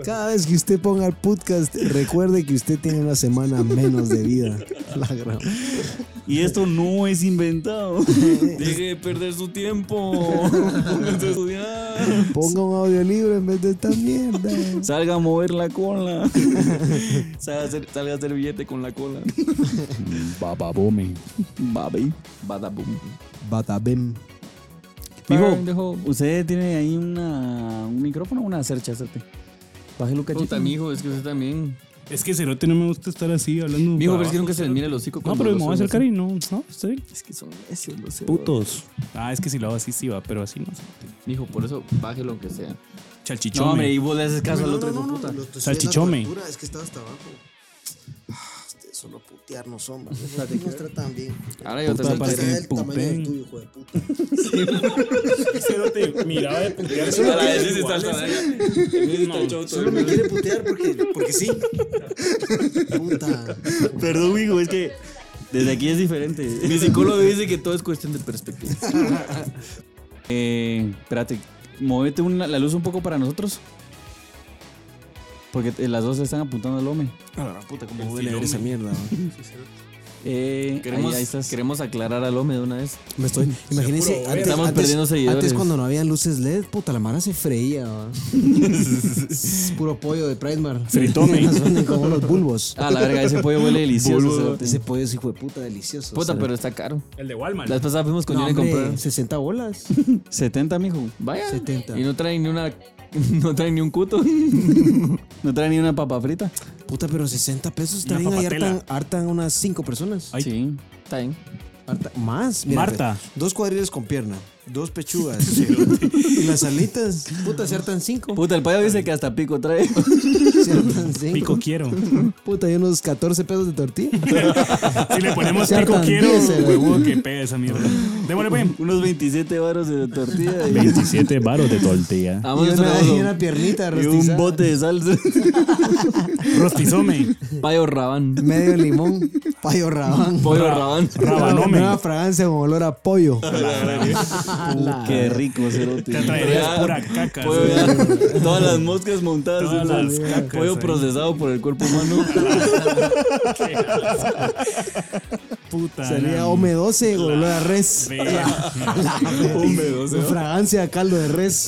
Speaker 2: Cada vez que usted ponga el podcast, recuerde que usted tiene una semana menos de vida. La gran-
Speaker 1: Y esto no es inventado.
Speaker 4: Deje de perder su tiempo. Pónganse a estudiar.
Speaker 2: Ponga un audiolibro en vez de esta mierda.
Speaker 1: Salga a mover la cola.
Speaker 4: Salga a hacer, salga a hacer billete con la cola.
Speaker 1: Bababome. Babi.
Speaker 4: Badaboom.
Speaker 2: Batabem.
Speaker 4: Burn the
Speaker 1: Vivo,
Speaker 4: hole.
Speaker 1: usted tiene ahí una, un micrófono, una cercha, hacerte. Bájelo un cachito.
Speaker 4: Puta, mijo, es que usted también.
Speaker 3: Es que Cerote no me gusta estar así hablando.
Speaker 4: Mijo,
Speaker 3: para
Speaker 4: pero es que
Speaker 3: abajo.
Speaker 4: nunca se les mira el hocico.
Speaker 3: No,
Speaker 4: cuando
Speaker 3: pero
Speaker 4: los
Speaker 3: me voy a
Speaker 4: hombres-
Speaker 3: acercar y no, no, está bien.
Speaker 4: Es que son necios los cerotes.
Speaker 3: Putos. Ah, es que si lo hago así sí va, pero así no. Cerote.
Speaker 4: Mijo, por eso bájelo aunque sea.
Speaker 1: No,
Speaker 3: Chalchichome.
Speaker 1: hombre, y vos le haces caso al otro hijo de puta.
Speaker 3: Salchichome.
Speaker 7: Es que estaba hasta abajo. Ah, ustedes Solo putearnos, hombre. No nos tratan bien.
Speaker 4: Ahora yo
Speaker 3: Puta,
Speaker 4: te
Speaker 3: para
Speaker 7: Para
Speaker 3: que
Speaker 7: el tamaño
Speaker 3: puten.
Speaker 7: del tuyo, hijo de puta.
Speaker 3: Cerote, miraba de putear.
Speaker 7: Solo me quiere putear porque, porque sí. Puta.
Speaker 1: Perdón, hijo, es que desde aquí es diferente.
Speaker 4: Mi psicólogo dice que todo es cuestión de perspectiva.
Speaker 1: Eh, espérate, movete una- la luz un poco para nosotros. Porque eh, las dos están apuntando al Eh, hombre.
Speaker 2: Como duele ver esa mierda. ¿no?
Speaker 1: Eh,
Speaker 4: Queremos,
Speaker 1: ahí, ahí estás.
Speaker 4: queremos aclarar al hombre de una vez.
Speaker 2: Me estoy. Imagínense.
Speaker 3: Seguro,
Speaker 2: antes-
Speaker 4: estamos
Speaker 2: antes-
Speaker 4: perdiendo seguidores.
Speaker 2: Antes, cuando no había luces LED, puta, la mara se freía. ¿va? Es Puro pollo de Pridemar.
Speaker 3: Fritome.
Speaker 2: Como los bulbos.
Speaker 1: Ah, la verga, ese pollo huele delicioso. cerote.
Speaker 2: Ese pollo es hijo de puta delicioso.
Speaker 4: Puta,
Speaker 2: o sea,
Speaker 4: pero está caro.
Speaker 3: El de Walmart.
Speaker 4: Las pasadas fuimos con
Speaker 2: No,
Speaker 4: Johnny a
Speaker 2: hombre,
Speaker 4: comprar.
Speaker 2: 60 bolas.
Speaker 1: 70, mijo.
Speaker 4: Vaya.
Speaker 2: 70.
Speaker 4: Y no traen ni una. No traen ni un cuto.
Speaker 1: No trae ni una papa frita.
Speaker 2: Puta, pero 60 pesos
Speaker 3: Una
Speaker 2: traen ahí
Speaker 3: papatela.
Speaker 2: hartan, hartan unas 5 personas.
Speaker 3: Ay.
Speaker 1: Sí.
Speaker 4: Está bien.
Speaker 2: Harta- más.
Speaker 3: Marta.
Speaker 2: ve, Dos cuadrillas con pierna. Dos pechugas. y las alitas. Puta, se hartan 5.
Speaker 1: Puta, el payo dice que hasta pico trae.
Speaker 2: Se hartan 5.
Speaker 3: Pico quiero.
Speaker 2: Puta, hay unos 14 pesos de tortilla.
Speaker 3: Si le ponemos
Speaker 2: Sea
Speaker 3: pico
Speaker 2: tan
Speaker 3: quiero,
Speaker 2: diésel.
Speaker 3: huevudo que pega esa mierda. Démosle, pues.
Speaker 1: Unos 27 varos de tortilla. y-
Speaker 3: 27 baros de tortilla.
Speaker 4: Ah,
Speaker 2: y,
Speaker 4: vamos a
Speaker 2: una,
Speaker 4: hacer
Speaker 2: y
Speaker 4: algo.
Speaker 2: una piernita
Speaker 1: y
Speaker 2: rostizada.
Speaker 1: un bote de salsa.
Speaker 3: Rostizome.
Speaker 4: Payo Rabán.
Speaker 2: Medio limón. Payo rabán.
Speaker 4: Pollo Rabán.
Speaker 3: Rabanome.
Speaker 2: Nueva fragancia con olor a pollo.
Speaker 1: Qué rico,
Speaker 3: Te
Speaker 1: cerote.
Speaker 3: traerías pura caca.
Speaker 4: Pollo-
Speaker 3: ¿sí?
Speaker 4: Todas las moscas montadas.
Speaker 3: Todas
Speaker 4: en
Speaker 3: las
Speaker 4: su-
Speaker 3: cacas
Speaker 4: Pollo
Speaker 3: ahí.
Speaker 4: procesado por el cuerpo humano.
Speaker 3: puta.
Speaker 2: Sería
Speaker 3: la-
Speaker 2: Ome 12,
Speaker 3: la-
Speaker 2: olor a res.
Speaker 3: verga.
Speaker 2: Fragancia a caldo de res.